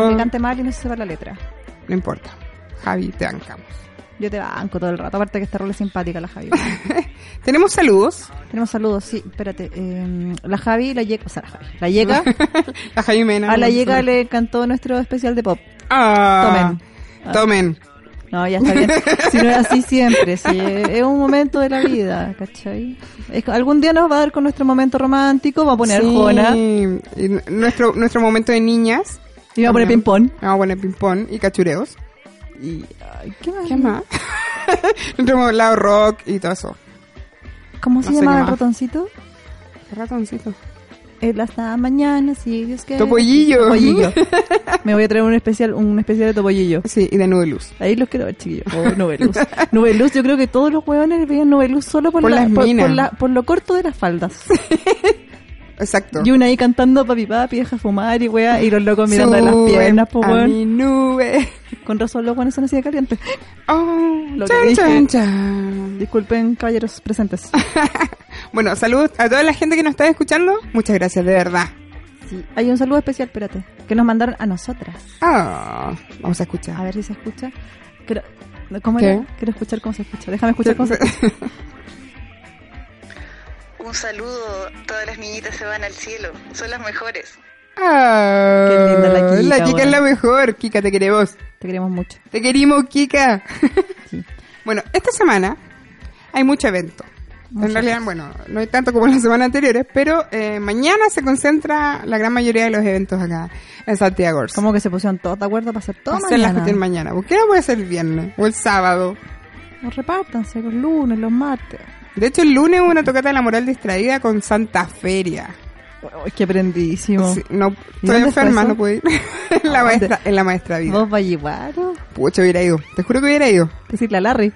C: Oh,
B: cante mal y no se sepa la letra.
C: no importa. Javi, te bancamos.
B: Yo te banco todo el rato, aparte que esta rola es simpática la Javi.
C: Tenemos saludos.
B: Tenemos saludos, sí, espérate. eh, la Javi, la Yeca, o sea, la Javi, la Yeca.
C: a Javi Mena.
B: a la Yeca le encantó nuestro especial de pop.
C: Ah, Tomen.
B: No, ya está bien. Si no es así siempre, si es es un momento de la vida, ¿cachai? Es que algún día nos va a dar con nuestro momento romántico, va a poner
C: Sí.
B: Jona,
C: Y n- Nuestro, nuestro momento de niñas.
B: y va a poner
C: También.
B: ping-pong.
C: Vamos a poner ping-pong y cachureos.
B: Y, ay, ¿qué más?
C: ¿Qué más? Nuestro lado rock y todo eso.
B: ¿Cómo se
C: No sé
B: llama
C: qué
B: el
C: más.
B: ratoncito?
C: Ratoncito.
B: El Eh, hasta mañana, si Dios quiere.
C: Topollillo.
B: Topollillo. Me voy a traer un especial, un especial de topollillo.
C: Sí, y de Nudo Luz.
B: Ahí los quiero ver, chiquillos.
C: Oh,
B: O Noveluz. Noveluz, yo creo que todos los huevones veían Noveluz solo por,
C: Por
B: la-
C: las
B: por,
C: minas.
B: por la- por lo corto de las faldas.
C: Exacto.
B: Y una ahí cantando papi papi, deja fumar y wea, y los locos mirando
C: Suben
B: las piernas, po,
C: a
B: weón.
C: mi nube.
B: Con razón los hueones son así de calientes.
C: Oh,
B: Lo que
C: chan,
B: dije.
C: chan, chan.
B: Disculpen, caballeros presentes.
C: Bueno, saludos a toda la gente que nos está escuchando. Muchas gracias, de verdad.
B: Sí, Hay un saludo especial, espérate, que nos mandaron a nosotras.
C: Ah, vamos a
B: A
C: escuchar.
B: ver si se escucha. Quiero, ¿Cómo
C: ¿Qué?
B: era? Quiero escuchar cómo se escucha. Déjame escuchar cómo se escucha.
I: Un saludo, todas las niñitas se van al cielo, son las mejores.
C: Ah,
B: Qué linda la Kika,
C: La Kika
B: weón.
C: es la mejor. Kika, te queremos.
B: Te queremos mucho.
C: Te querimos, Kika.
B: Sí.
C: Bueno, esta semana hay mucho evento. en realidad, bueno, no hay tanto como las semanas anteriores, pero eh, mañana se concentra la gran mayoría de los eventos acá en Santiago.
B: Como que se pusieron todos de acuerdo para hacer todo
C: hacer
B: mañana.
C: las cuestiones mañana? ¿Por qué no puede ser el viernes o el sábado?
B: Los repártanse los lunes, los martes.
C: De hecho, el lunes hubo una tocata de la moral distraída con Santa Feria.
B: Oh, es que aprendidísimo.
C: Sí, no,
B: ¿Y
C: estoy
B: dónde fue
C: enferma,
B: eso?
C: no pude ir. en, la
B: ¿A dónde?
C: maestra, en la maestra vida.
B: Vos Vallivaro,
C: Pucha, hubiera ido. Te juro que hubiera ido.
B: decirle a Larry.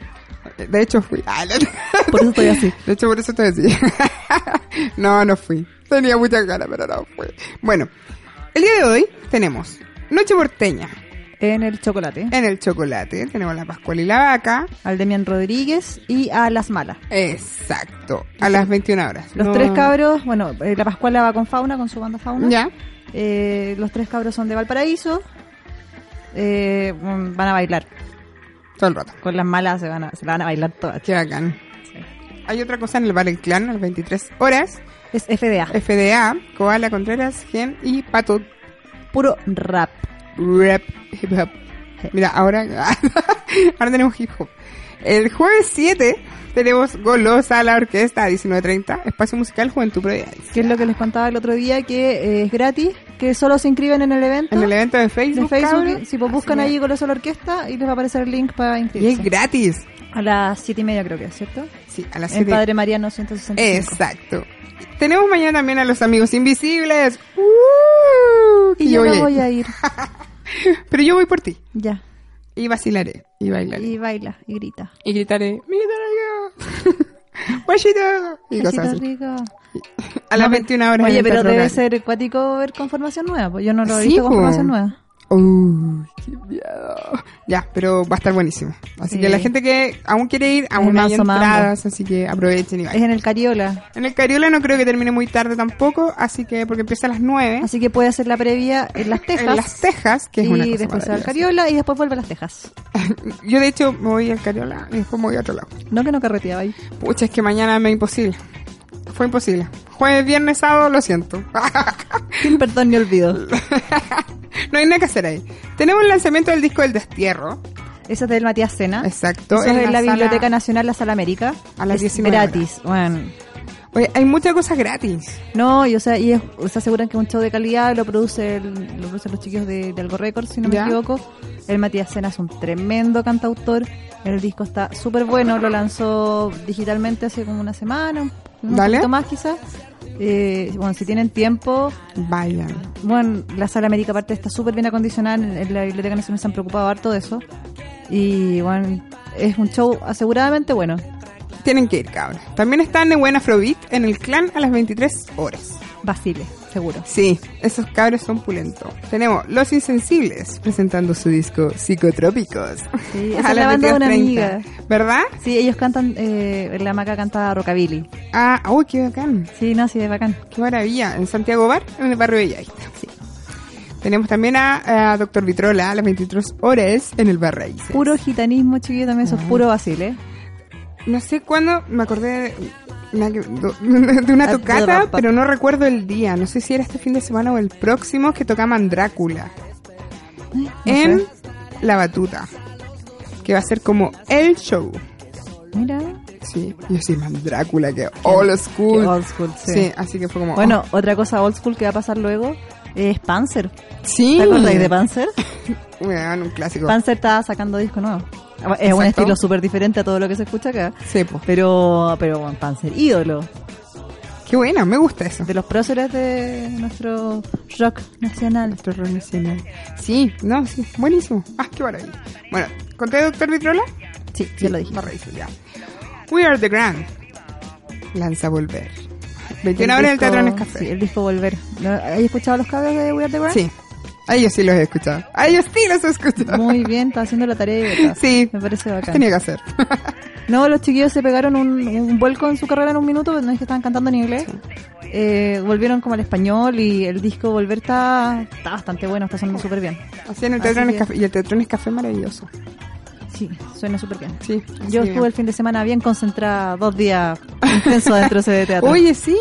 C: De hecho, fui. Ah, no, no.
B: Por eso estoy así.
C: De hecho, por eso estoy así. no, no fui. Tenía muchas ganas, pero no fui. Bueno, el día de hoy tenemos Noche Porteña
B: En el chocolate.
C: en el chocolate. Tenemos la Pascual y la Vaca.
B: Al Demian Rodríguez y a Las Malas.
C: Exacto. A las 21 horas.
B: Los
C: No-
B: tres cabros, bueno, eh, la Pascuala va con Fauna, con su banda Fauna.
C: Ya.
B: Eh, los tres cabros son de Valparaíso. Eh, mm, van a bailar.
C: Todo el rato.
B: Con las malas se, van a- se la van a bailar todas.
C: Qué bacán. Hay otra cosa en el Bar El Clan a las 23 horas.
B: Es FDA.
C: FDA, Koala Contreras, Gen y Pato
B: puro rap.
C: Rap Hip Hop. Mira, ahora, ahora tenemos hip hop. El jueves 7 tenemos Golosa la Orquesta a 19.30, Espacio Musical Juventud Providencia.
B: Que es lo que les contaba el otro día, que eh, es gratis, que solo se inscriben en el evento.
C: En el evento de
B: de
C: Facebook,
B: Facebook,
C: cabros.
B: si pues, buscan
C: Así
B: ahí con la sola orquesta y les va a aparecer el link para
C: es. Y es
B: inscribirse.
C: gratis.
B: A las siete y media creo que es, ¿cierto?
C: Sí, a las
B: En
C: 7.
B: Padre Mariano 165.
C: Exacto. Tenemos mañana también a los amigos invisibles. ¡Uh!
B: Y yo
C: voy
B: no
C: a
B: voy
C: ir.
B: a ir.
C: Pero yo voy por ti.
B: Ya.
C: Y vacilaré. Y bailaré.
B: Y baila, y grita.
C: y gritaré, ¡Mira yo! ¡Guachito! Y cosas
B: Besito
C: así.
B: rico.
C: A las
B: No,
C: 21 horas. en
B: Oye,
C: el
B: pero
C: Teatro
B: debe
C: Real.
B: ser cuático ver con formación nueva. Pues yo no lo he
C: Sí,
B: visto con
C: po.
B: formación nueva.
C: Uy, qué miedo. Ya, pero va a estar buenísimo. Así
B: Sí.
C: que la gente que aún quiere ir, aún
B: Es
C: hay
B: manso mambo.
C: entradas, así que aprovechen y
B: Es
C: vayan.
B: en el Cariola.
C: En el Cariola no creo que termine muy tarde tampoco, así que porque empieza a las 9
B: Así que puede hacer la previa en Las Tejas.
C: ¿Eh? en Las Tejas, que es una
B: y
C: cosa
B: después se va al
C: maravillosa.
B: Cariola y después vuelve a Las Tejas.
C: Yo de hecho me voy al Cariola y después me voy a otro lado.
B: No que no carreteaba ahí.
C: Pucha, es que mañana me imposible. Fue imposible. Jueves, viernes, sábado, lo siento.
B: Sin perdón ni olvido.
C: no hay nada que hacer ahí. Tenemos el lanzamiento del disco del destierro.
B: Esa es del Matías Cena.
C: Exacto.
B: Ah, Eso es en la,
C: sala-
B: Biblioteca Nacional, la Sala América.
C: A las
B: Es
C: 19
B: Gratis. Bueno.
C: Oye, hay muchas cosas gratis.
B: No, y, o sea, y es- se aseguran que es un show de calidad, lo produce el- lo producen los chiquillos de, de Algo Records, si no me
C: Ya.
B: equivoco. El Matías Cena es un tremendo cantautor. El disco está súper bueno, lo lanzó digitalmente hace como una semana, un- un
C: Dale.
B: poquito más quizás. Eh, bueno, si tienen tiempo,
C: Vayan.
B: bueno, la sala América aparte está súper bien acondicionada, en, en la Biblioteca Nacional se han preocupado harto de eso. Y bueno, es un show aseguradamente bueno.
C: Tienen que ir, cabrón. También está Nebuena Afrobeat en el clan a las 23 horas.
B: Basile. seguro.
C: Sí, esos cabros son pulentos. Tenemos Los Insensibles presentando su disco Psicotrópicos.
B: Sí,
C: A
B: esa es la banda de una
C: 22:30.
B: amiga.
C: ¿Verdad?
B: Sí, ellos cantan, eh, la maca canta rockabilly.
C: Ah, uy, qué bacán.
B: Sí, no, sí, es bacán.
C: Qué maravilla. En Santiago Bar, en el barrio Bellavista. Tenemos también a, a Doctor Vitrola a las 23 horas en el Bar Raíces.
B: Puro gitanismo, chiquillo, también sos puro vacile. ¿eh?
C: No sé cuándo me acordé de,
B: Ah,
C: de una tocata, pero no recuerdo el día. No sé si era este fin de semana o el próximo que tocaban Drácula
B: No
C: en
B: sé.
C: La Batuta, que va a ser como el show.
B: Mira.
C: Sí, yo soy más Drácula que old school.
B: Qué old school, sí.
C: sí. así que fue como.
B: Bueno, otra cosa old school que va a pasar luego es Panzer.
C: oh, sí.
B: ¿Te acordáis de Panzer?
C: Bueno, un clásico.
B: Panzer está sacando disco nuevo. Es
C: Exacto.
B: un estilo súper diferente a todo lo que se escucha acá.
C: Sí, po.
B: Pero, pero bueno, Panzer, ídolo
C: Qué bueno, me gusta eso.
B: de los próceres de nuestro rock nacional.
C: Nuestro rol nacional. Sí, no, sí, buenísimo. Ah, qué maravilla. Bueno, ¿conté Doctor Vitrola?
B: Sí, ya lo dije.
C: Barra dice, ya. We Are The Grand. Lanza Volver. 21 horas en el
B: disco-
C: Teatro en
B: Sí,
C: Café.
B: el disco Volver. ¿No? ¿Has escuchado los cabros de We Are The World?
C: Sí. A ellos sí los he escuchado. A ellos sí los he escuchado.
B: Muy bien, está haciendo la tarea. de verdad.
C: Sí.
B: Me parece
C: ¿Qué
B: bacán.
C: tenía que hacer?
B: No, los chiquillos se pegaron un, un vuelco en su carrera en un minuto, no es que estaban cantando en inglés. Eh, volvieron como al español y el disco Volver está, está bastante bueno, está sonando súper bien.
C: Así en el
B: Así
C: Teatro en
B: que-
C: Café. Y el Teatro en Café es maravilloso.
B: Sí, suena súper bien.
C: Sí. así
B: Yo
C: que-
B: estuve el fin de semana bien concentrada, dos días intensos dentro de ese teatro.
C: Oye, sí.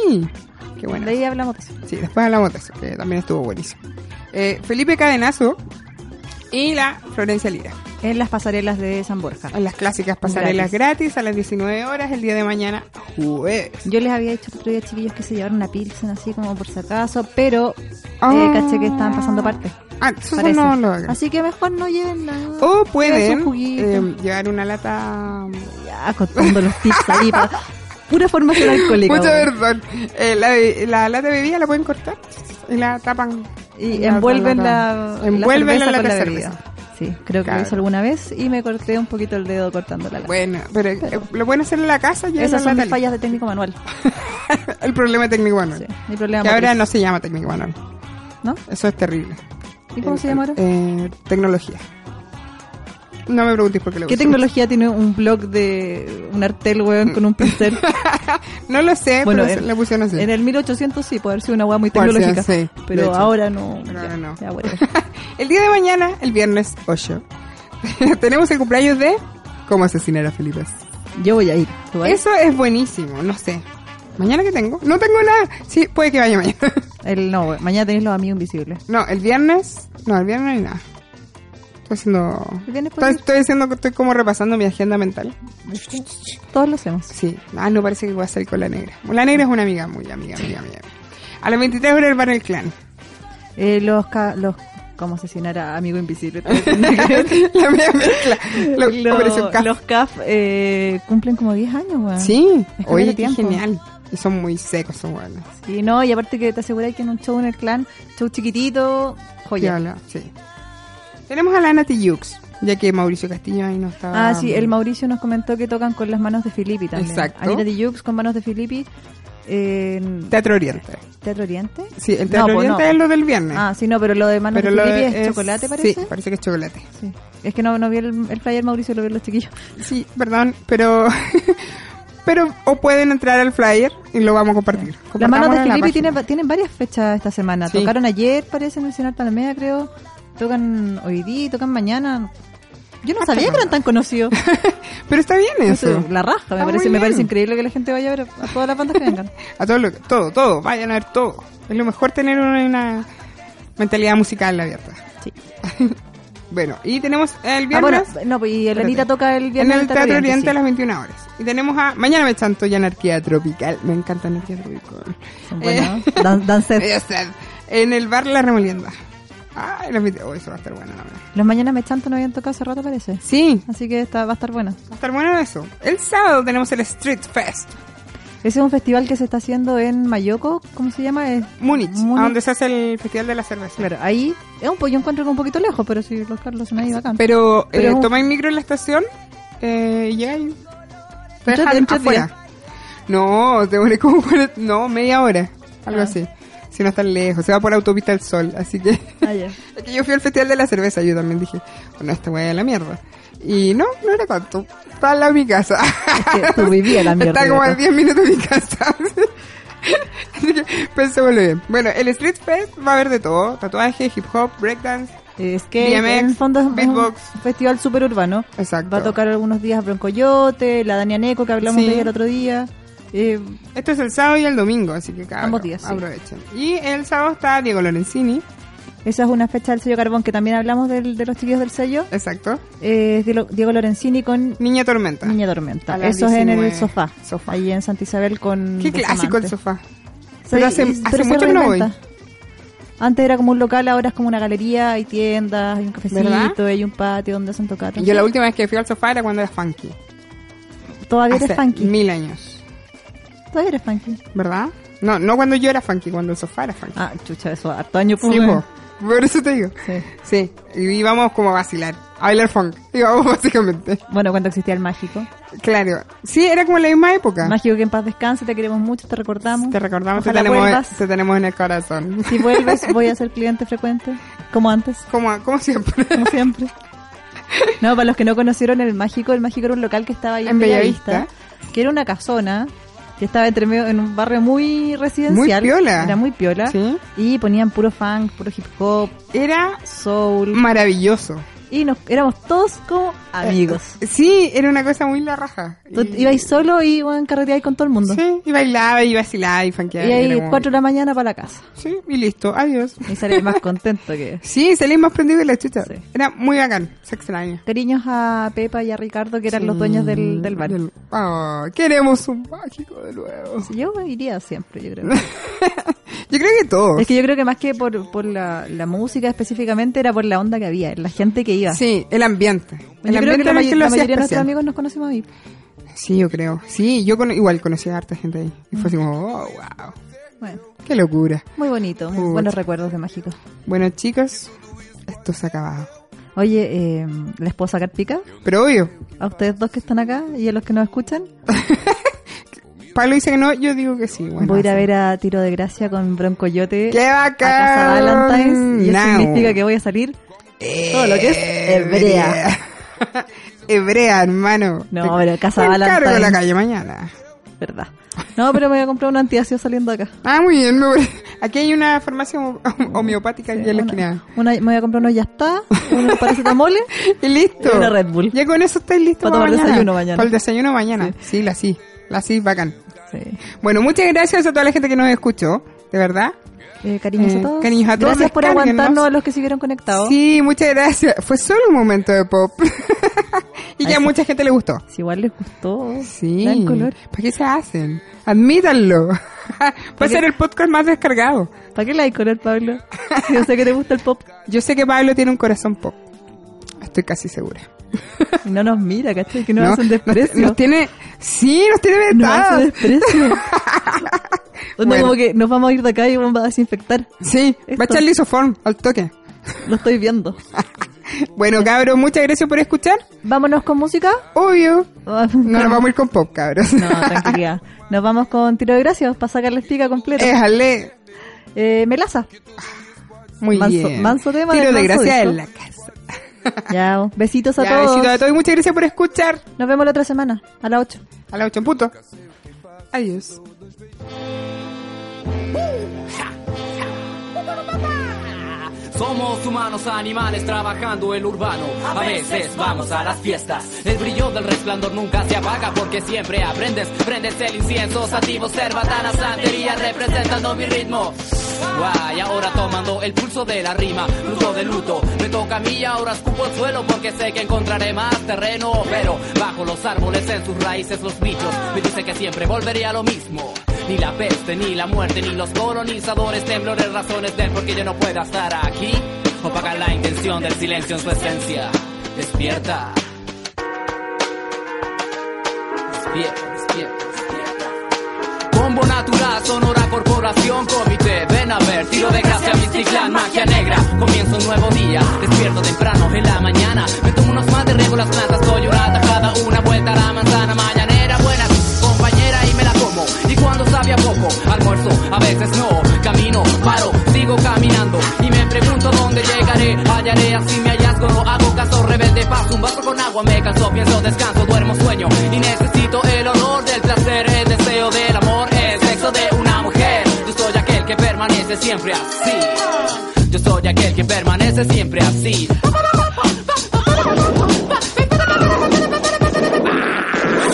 C: Qué bueno.
B: de ahí hablamos de eso.
C: Sí, después hablamos de eso, que también estuvo buenísimo. Eh, Felipe Cadenazo y la Florencia Lira.
B: En las pasarelas de San Borja.
C: En las clásicas pasarelas gratis. a las 19 horas el día de mañana, jueves.
B: Yo les había dicho el otro día, chiquillos, que se llevaron una pilsen así como por si acaso, pero
C: Ah.
B: eh, caché que estaban pasando parte.
C: Ah, eso
B: parece.
C: no lo hagan.
B: Así que mejor no lleven nada.
C: O
B: Lleven
C: pueden
B: su juguito.
C: eh, llevar una
B: um,
C: lata.
B: Ya, contando los tips ahí. pa- pura formación alcohólica.
C: Mucha
B: weón.
C: perdón. Eh, la, be- la lata de bebida la pueden cortar y la tapan.
B: Y envuelven la,
C: envuelven
B: cerveza
C: la,
B: con
C: lata de
B: bebida.
C: cerveza.
B: Sí, creo que
C: Claro.
B: lo hice alguna vez y me corté un poquito el dedo cortando la lata.
C: Bueno, pero eh, lo pueden hacer en la casa y
B: Esas son
C: la
B: mis fallas de técnico manual.
C: El problema técnico manual.
B: Sí, mi problema
C: que ahora
B: matriz,
C: no se llama técnico manual.
B: ¿no?
C: Eso es terrible.
B: ¿Y cómo
C: Eh,
B: se llama ahora?
C: Eh, tecnología. No me preguntéis por qué lo
B: ¿Qué
C: uso.
B: tecnología tiene un blog de un artel, weón, con un pincel?
C: No lo sé,
B: Bueno,
C: pero
B: en-
C: la pusieron así.
B: En el 1800 sí, puede haber sido una weá muy
C: Puede ser,
B: tecnológica.
C: sí, de
B: pero
C: hecho.
B: ahora no.
C: Pero
B: ya,
C: ahora no.
B: ya, whatever.
C: El día de mañana, el viernes 8, tenemos el cumpleaños de Cómo asesinar a Felipe.
B: Yo voy a ir. ¿Tú vas?
C: Eso es buenísimo, no sé. ¿Mañana qué tengo? No tengo nada. Sí, puede que vaya mañana.
B: El, no, weón, mañana tenéis los amigos invisibles.
C: No, el viernes. No, el viernes no hay nada. Estoy haciendo.
B: El viernes puede
C: Estoy, estoy haciendo, estoy como repasando mi agenda mental.
B: Todos lo hacemos.
C: Sí. Ah, no parece que voy a salir con la negra. La negra es una amiga muy amiga, amiga, amiga. A las 23 horas el bar El Clan.
B: Eh, los, ca- los. ¿Cómo asesinar a amigo invisible?
C: la media mezcla. Lo,
B: Lo-
C: Operación Café.
B: Los CAF eh, cumplen como 10 años, weón.
C: Sí,
B: Es que no
C: oye,
B: da
C: qué
B: tiempo.
C: genial. Y son muy secos, son buenos.
B: Y no, y aparte que te aseguráis que en un show en el clan, show chiquitito, joya.
C: Piola, sí. Tenemos a la Nati Yux, ya que Mauricio Castillo ahí no estaba.
B: Ah, sí, el Mauricio nos comentó que tocan con las manos de Filippi también.
C: Um, Exacto.
B: Anita de Jux con manos de Filippi eh, en
C: Teatro Oriente.
B: Teatro Oriente.
C: Sí, el Teatro
B: No, pues
C: Oriente
B: no.
C: es lo del viernes.
B: Ah, sí, no, pero lo de manos de
C: Pero lo
B: Filippi es,
C: de- es-
B: chocolate, parece.
C: Sí, parece que es chocolate.
B: Sí. Es que no, no vi el, el flyer, Mauricio, lo vi en los chiquillos.
C: Sí, perdón, pero. pero, o pueden entrar al flyer y lo vamos a compartir.
B: Las manos
C: Compartámoslo
B: de
C: en la
B: Filippi
C: página.
B: tienen, tienen varias fechas esta semana.
C: Sí.
B: Tocaron ayer, parece, en el Cenar Talamea, creo. Tocan hoy día, tocan mañana. Yo no sabía que eran tan conocidos.
C: Pero está bien Ah, eso.
B: Eso, La raja, me,
C: Ah,
B: parece,
C: muy
B: me parece
C: bien.
B: increíble que la gente vaya a ver a todas las bandas que vengan. Ah,
C: A todo, lo, todo, todo, vayan a ver todo. Es lo mejor tener una, una mentalidad musical abierta.
B: Sí.
C: bueno, y tenemos el
B: Ah,
C: viernes.
B: bueno, no, pues, y Elenita
C: Espérate.
B: toca el
C: en
B: viernes.
C: el Teatro Oriente
B: sí.
C: a las 21 horas. Y tenemos a Mañana me chanto y Anarquía Tropical. Me encanta Anarquía Tropical.
B: Son buenas, ¿no? Dan- dan sed.
C: Ya sé. En el bar La Remolienda. Ah, en las 20 oh, eso va a estar bueno, la verdad.
B: Los mañanas me chanto no habían tocado hace rato, parece.
C: Sí,
B: Así que está, va a estar bueno.
C: va a estar bueno eso. El sábado tenemos el Street Fest.
B: Ese es un festival que se está haciendo en Mayoco, ¿cómo se llama? Es
C: Múnich,
B: Múnich.
C: a donde se hace el Festival de la Cerveza.
B: Claro, ahí es un po- yo encuentro que un poquito lejos, pero si los Carlos se me ha ido acá.
C: Pero,
B: Pero
C: eh,
B: es un-
C: tomáis micro en la estación eh, y llegáis. Te
B: En tres-
C: dejan
B: en tres
C: afuera. No, te pones como cuare- No, media hora. Algo
B: Ah.
C: así. si no es tan lejos, se va por autopista al sol, así que...
B: Ah, ya.
C: Es que yo fui al Festival de la Cerveza, yo también dije, bueno, esta weá es la mierda. Y no, no era tanto. Está al lado de mi casa.
B: que tú vivías la mierda,
C: Está como a
B: gato.
C: 10 minutos de mi casa. Así que pensémoslo bien. Bueno, el Street Fest va a haber de todo. Tatuaje, hip hop, breakdance.
B: Es que
C: BMX,
B: en el fondo es un-
C: beatbox.
B: un festival súper urbano.
C: Exacto.
B: Va a tocar algunos días Broncoyote, la Dania Neco que hablamos
C: Sí.
B: de ella el otro día. Eh,
C: Esto es el sábado y el domingo, así que cabrón,
B: Ambos días, sí.
C: aprovechen. Y el sábado está Diego Lorenzini,
B: esa es una fecha del sello Carbón que también hablamos del- de los chiquillos del sello.
C: exacto.
B: Eh, es de lo- Diego Lorenzini con
C: Niña Tormenta.
B: Niña
C: A
B: Tormenta.
C: las
B: Eso es en el
C: 19.
B: sofá.
C: Sofá.
B: Ahí en Santa Isabel con.
C: Qué
B: Bustamante.
C: clásico el sofá.
B: Sí,
C: Pero hace-
B: y-
C: hace
B: pero se
C: mucho que no voy.
B: reinventa. Antes era como un local, ahora es como una galería, hay tiendas, hay un cafecito,
C: ¿Verdad?
B: hay un patio donde hacen tocar.
C: Yo la última vez que fui al sofá era cuando era funky.
B: Todavía
C: Hace
B: eres funky.
C: mil años,
B: Todavía eres funky.
C: ¿verdad? No, no cuando yo era funky, cuando el sofá era funky.
B: Ah, chucha, eso, harto año
C: sí,
B: pues.
C: po. por eso te digo.
B: Sí.
C: Sí, y íbamos como a vacilar, a bailar funk, digamos básicamente.
B: Bueno, cuando existía el mágico.
C: Claro, sí, era como la misma época.
B: Mágico que en paz descanse, te queremos mucho, te recordamos.
C: Te recordamos, te
B: Ojalá
C: tenemos,
B: vuelvas.
C: te tenemos en el corazón.
B: Si vuelves, voy a ser cliente frecuente, como antes,
C: Como, como siempre.
B: como siempre. No, para los que no conocieron el mágico, el mágico era un local que estaba ahí en,
C: En
B: Bellavista,
C: Bellavista.
B: que era una casona que estaba entre medio, en un barrio muy residencial.
C: Muy piola.
B: Era muy piola.
C: Sí.
B: Y ponían puro funk, puro hip hop,
C: Era
B: soul.
C: maravilloso.
B: y nos éramos todos como amigos.
C: Sí, era una cosa muy la raja.
B: Tú
C: Eh, Y-
B: ibais solo y bueno, carreteabais con todo el mundo.
C: Sí, y bailaba y vacilaba y fanqueaba.
B: Y ahí
C: era como-
B: 4 de la mañana para la casa.
C: Sí, y listo, adiós.
B: Y salí más contento que...
C: Sí, salí más prendido de la chucha.
B: Sí.
C: Era muy bacán, se extraña.
B: Cariños a Pepa y a Ricardo, que eran los dueños del, del bar.
C: Del- Ah, queremos un mágico de nuevo.
B: Yo iría siempre, yo creo.
C: Yo creo que todos.
B: es que yo creo que más que por, por la, la música específicamente, era por la onda que había, la gente que iba.
C: Sí, el ambiente. El
B: yo creo que
C: ambiente
B: la,
C: era
B: may-
C: que lo
B: la
C: hacía
B: mayoría de nuestros
C: especial.
B: amigos nos conocimos ahí.
C: Sí, yo creo. Sí, yo cono- igual conocí a harta gente ahí. Y fue así como, oh, wow,
B: Bueno,
C: qué locura.
B: muy bonito, muy
C: Pucha.
B: buenos recuerdos de Mágico.
C: Bueno, chicos, esto se ha acabado.
B: Oye, eh, ¿les puedo sacar pica?
C: Pero obvio,
B: A ustedes dos que están acá y a los que nos escuchan.
C: Pablo dice que no, yo digo que sí. Bueno,
B: Voy a ir a
C: así.
B: ver a Tiro de Gracia con Broncoyote.
C: ¡Qué bacán!
B: A Casa Valentine's. Y eso
C: Now.
B: significa que voy a salir todo lo que es hebrea.
C: Eh, Hebrea, hermano.
B: No, pero Casa
C: Me encargo
B: Valentine's.
C: la calle mañana.
B: ¿Verdad? No, pero me voy a comprar un antiácido saliendo acá.
C: Ah, muy bien. me voy. Aquí hay una farmacia hom- homeopática aquí en la
B: Una-
C: esquina.
B: una- me voy a comprar unos yastá, unos paracetamoles.
C: Y listo.
B: Y una Red Bull.
C: Ya con eso estáis listos
B: Para
C: para
B: tomar
C: mañana.
B: desayuno mañana.
C: Para el desayuno mañana. Sí, la sí. La sí, bacán.
B: Sí.
C: Bueno, muchas gracias a toda la gente que nos escuchó. De verdad.
B: Eh, cariños
C: Eh,
B: a todos.
C: cariños a todos,
B: Gracias por
C: descárguenos.
B: aguantarnos a los que siguieron conectados.
C: Sí, muchas gracias. Fue solo un momento de pop. y ya
B: Ahí sí.
C: mucha gente le gustó.
B: Si igual les gustó.
C: Sí.
B: Dan color.
C: ¿Para qué se hacen? Admítanlo. Va a ser el podcast más descargado.
B: ¿Para qué le hay color, Pablo? Si yo sé que te gusta el pop.
C: Yo sé que Pablo tiene un corazón pop. Estoy casi segura.
B: Y no nos mira, ¿cachai? Que no, hacen
C: nos,
B: desprecio.
C: nos tiene. Sí, nos tiene
B: No hace
C: vetados.
B: desprecio. Onda
C: Bueno.
B: como que nos vamos a ir de acá y vamos a desinfectar.
C: Sí,
B: Esto.
C: va a echar lisoform al toque.
B: Lo estoy viendo.
C: Bueno, cabros, muchas gracias por escuchar.
B: Vámonos con música.
C: Obvio.
B: No,
C: No nos vamos a ir con pop, cabros.
B: No, tranquilidad. Nos vamos con tiro de gracias para sacar la espiga completa.
C: Déjale.
B: Eh, melaza.
C: Muy
B: Manso-
C: bien.
B: manso tema
C: Tiro
B: del
C: de
B: manso
C: gracia
B: disco.
C: en la casa.
B: Ya, besitos a
C: Ya,
B: todos.
C: besitos a todos y muchas gracias por escuchar.
B: Nos vemos la otra semana, a las 8.
C: A las 8 en punto. Adiós.
G: Somos humanos, animales trabajando el urbano. A veces vamos a las fiestas. El brillo del resplandor nunca se apaga porque siempre aprendes. Prendes el incienso, sativo, cerbatana, santería, representando mi ritmo. Guay, ahora tomando el pulso de la rima, fruto de luto. Me toca a mí y ahora escupo el suelo porque sé que encontraré más terreno. Pero bajo los árboles, en sus raíces, los bichos me dicen que siempre volvería a lo mismo. Ni la peste, ni la muerte, ni los colonizadores, temblores, razones del por qué yo no pueda estar aquí. Opaca la intención del silencio en su esencia. Despierta. Despierta, despierta, despierta. Combo natural, sonora corporación, comité, ven a ver, tiro de gracia, Mistral, magia negra. Comienza un nuevo día, despierto temprano en la mañana. Me tomo unos mates, riego las plantas, doy orata, cada una vuelta a la manzana, mañanera, buena compañera y me la como. Y cuando sabía poco, almuerzo, a veces no, camino, me pregunto dónde llegaré Hallaré así mi hallazgo, no hago caso Rebelde paso, un vaso con agua me canso Pienso, descanso, duermo, sueño Y necesito el olor del placer El deseo del amor, el sexo de una mujer Yo soy aquel que permanece siempre así Yo soy aquel que permanece siempre así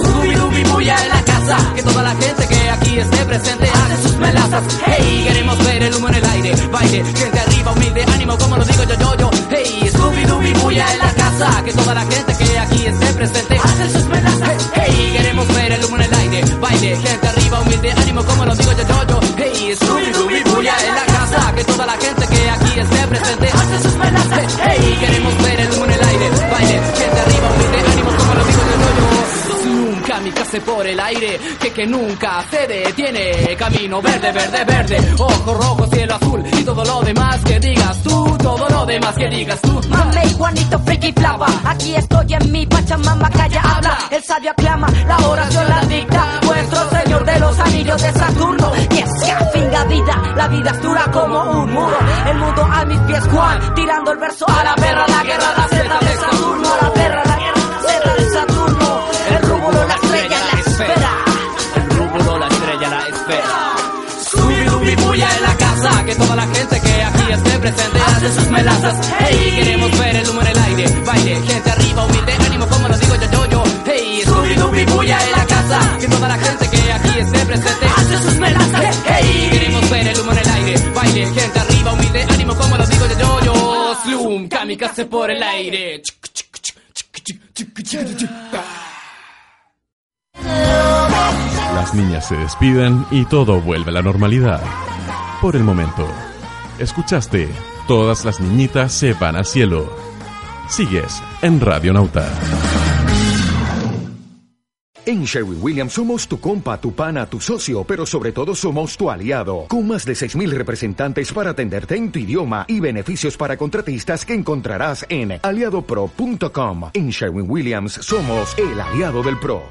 G: Subidubi bulla en la casa Que toda la gente que aquí esté presente Hace sus melazas Hey, queremos ver el humo en el aire Baile, gente arriba, humilde ánimo Como lo digo yo, yo, yo Hey, Scooby-Dooby bulla en la casa Que toda la gente que aquí esté presente Hace sus melazas Hey, queremos ver el humo en el aire Baile, gente arriba, humilde ánimo Como lo digo yo, yo, yo Hey, Scooby-Dooby bulla en la casa Que toda la gente que aquí esté presente Hace sus melazas Hey, queremos ver el humo en el aire Baile, gente arriba, humilde ánimo Como lo digo yo, yo, yo nunca mi casa por el aire que que nunca se detiene camino verde verde verde ojo rojo cielo azul y todo lo demás que digas tú todo lo demás que digas tú
J: Mame y Juanito, friki flava. Aquí estoy en mi pachamama, calla, habla. El sabio aclama, la oración la dicta. Vuestro señor de los anillos de Saturno. Que sea finga vida, la vida es dura como un muro. El mundo a mis pies, Juan, tirando el verso a la perra, la guerra, la seta de Saturno. A la perra, la guerra, la seta de Saturno. El rubro, la estrella, la espera.
G: El rubro, la estrella, la espera. Subidubi bulla en la casa, que toda la gente que aquí esté presente hace sus melazas. Hey, queremos ver el humo en el aire, baile, gente arriba, humilde, ánimo, como lo digo yo, yo, yo. Hey, Subidubi bulla en la casa, que toda la gente que aquí esté presente hace sus melazas. Hey, queremos ver el humo en el aire, baile, gente arriba, humilde, ánimo, como lo digo yo, yo, yo. Slum, kamikaze por el aire.
A: Las niñas se despidan y todo vuelve a la normalidad. Por el momento. Escuchaste, todas las niñitas se van al cielo. Sigues en Radio Nauta.
K: En Sherwin Williams somos tu compa, tu pana, tu socio, pero sobre todo somos tu aliado, con más de 6.000 representantes para atenderte en tu idioma y beneficios para contratistas que encontrarás en aliadopro.com. En Sherwin Williams somos el aliado del PRO.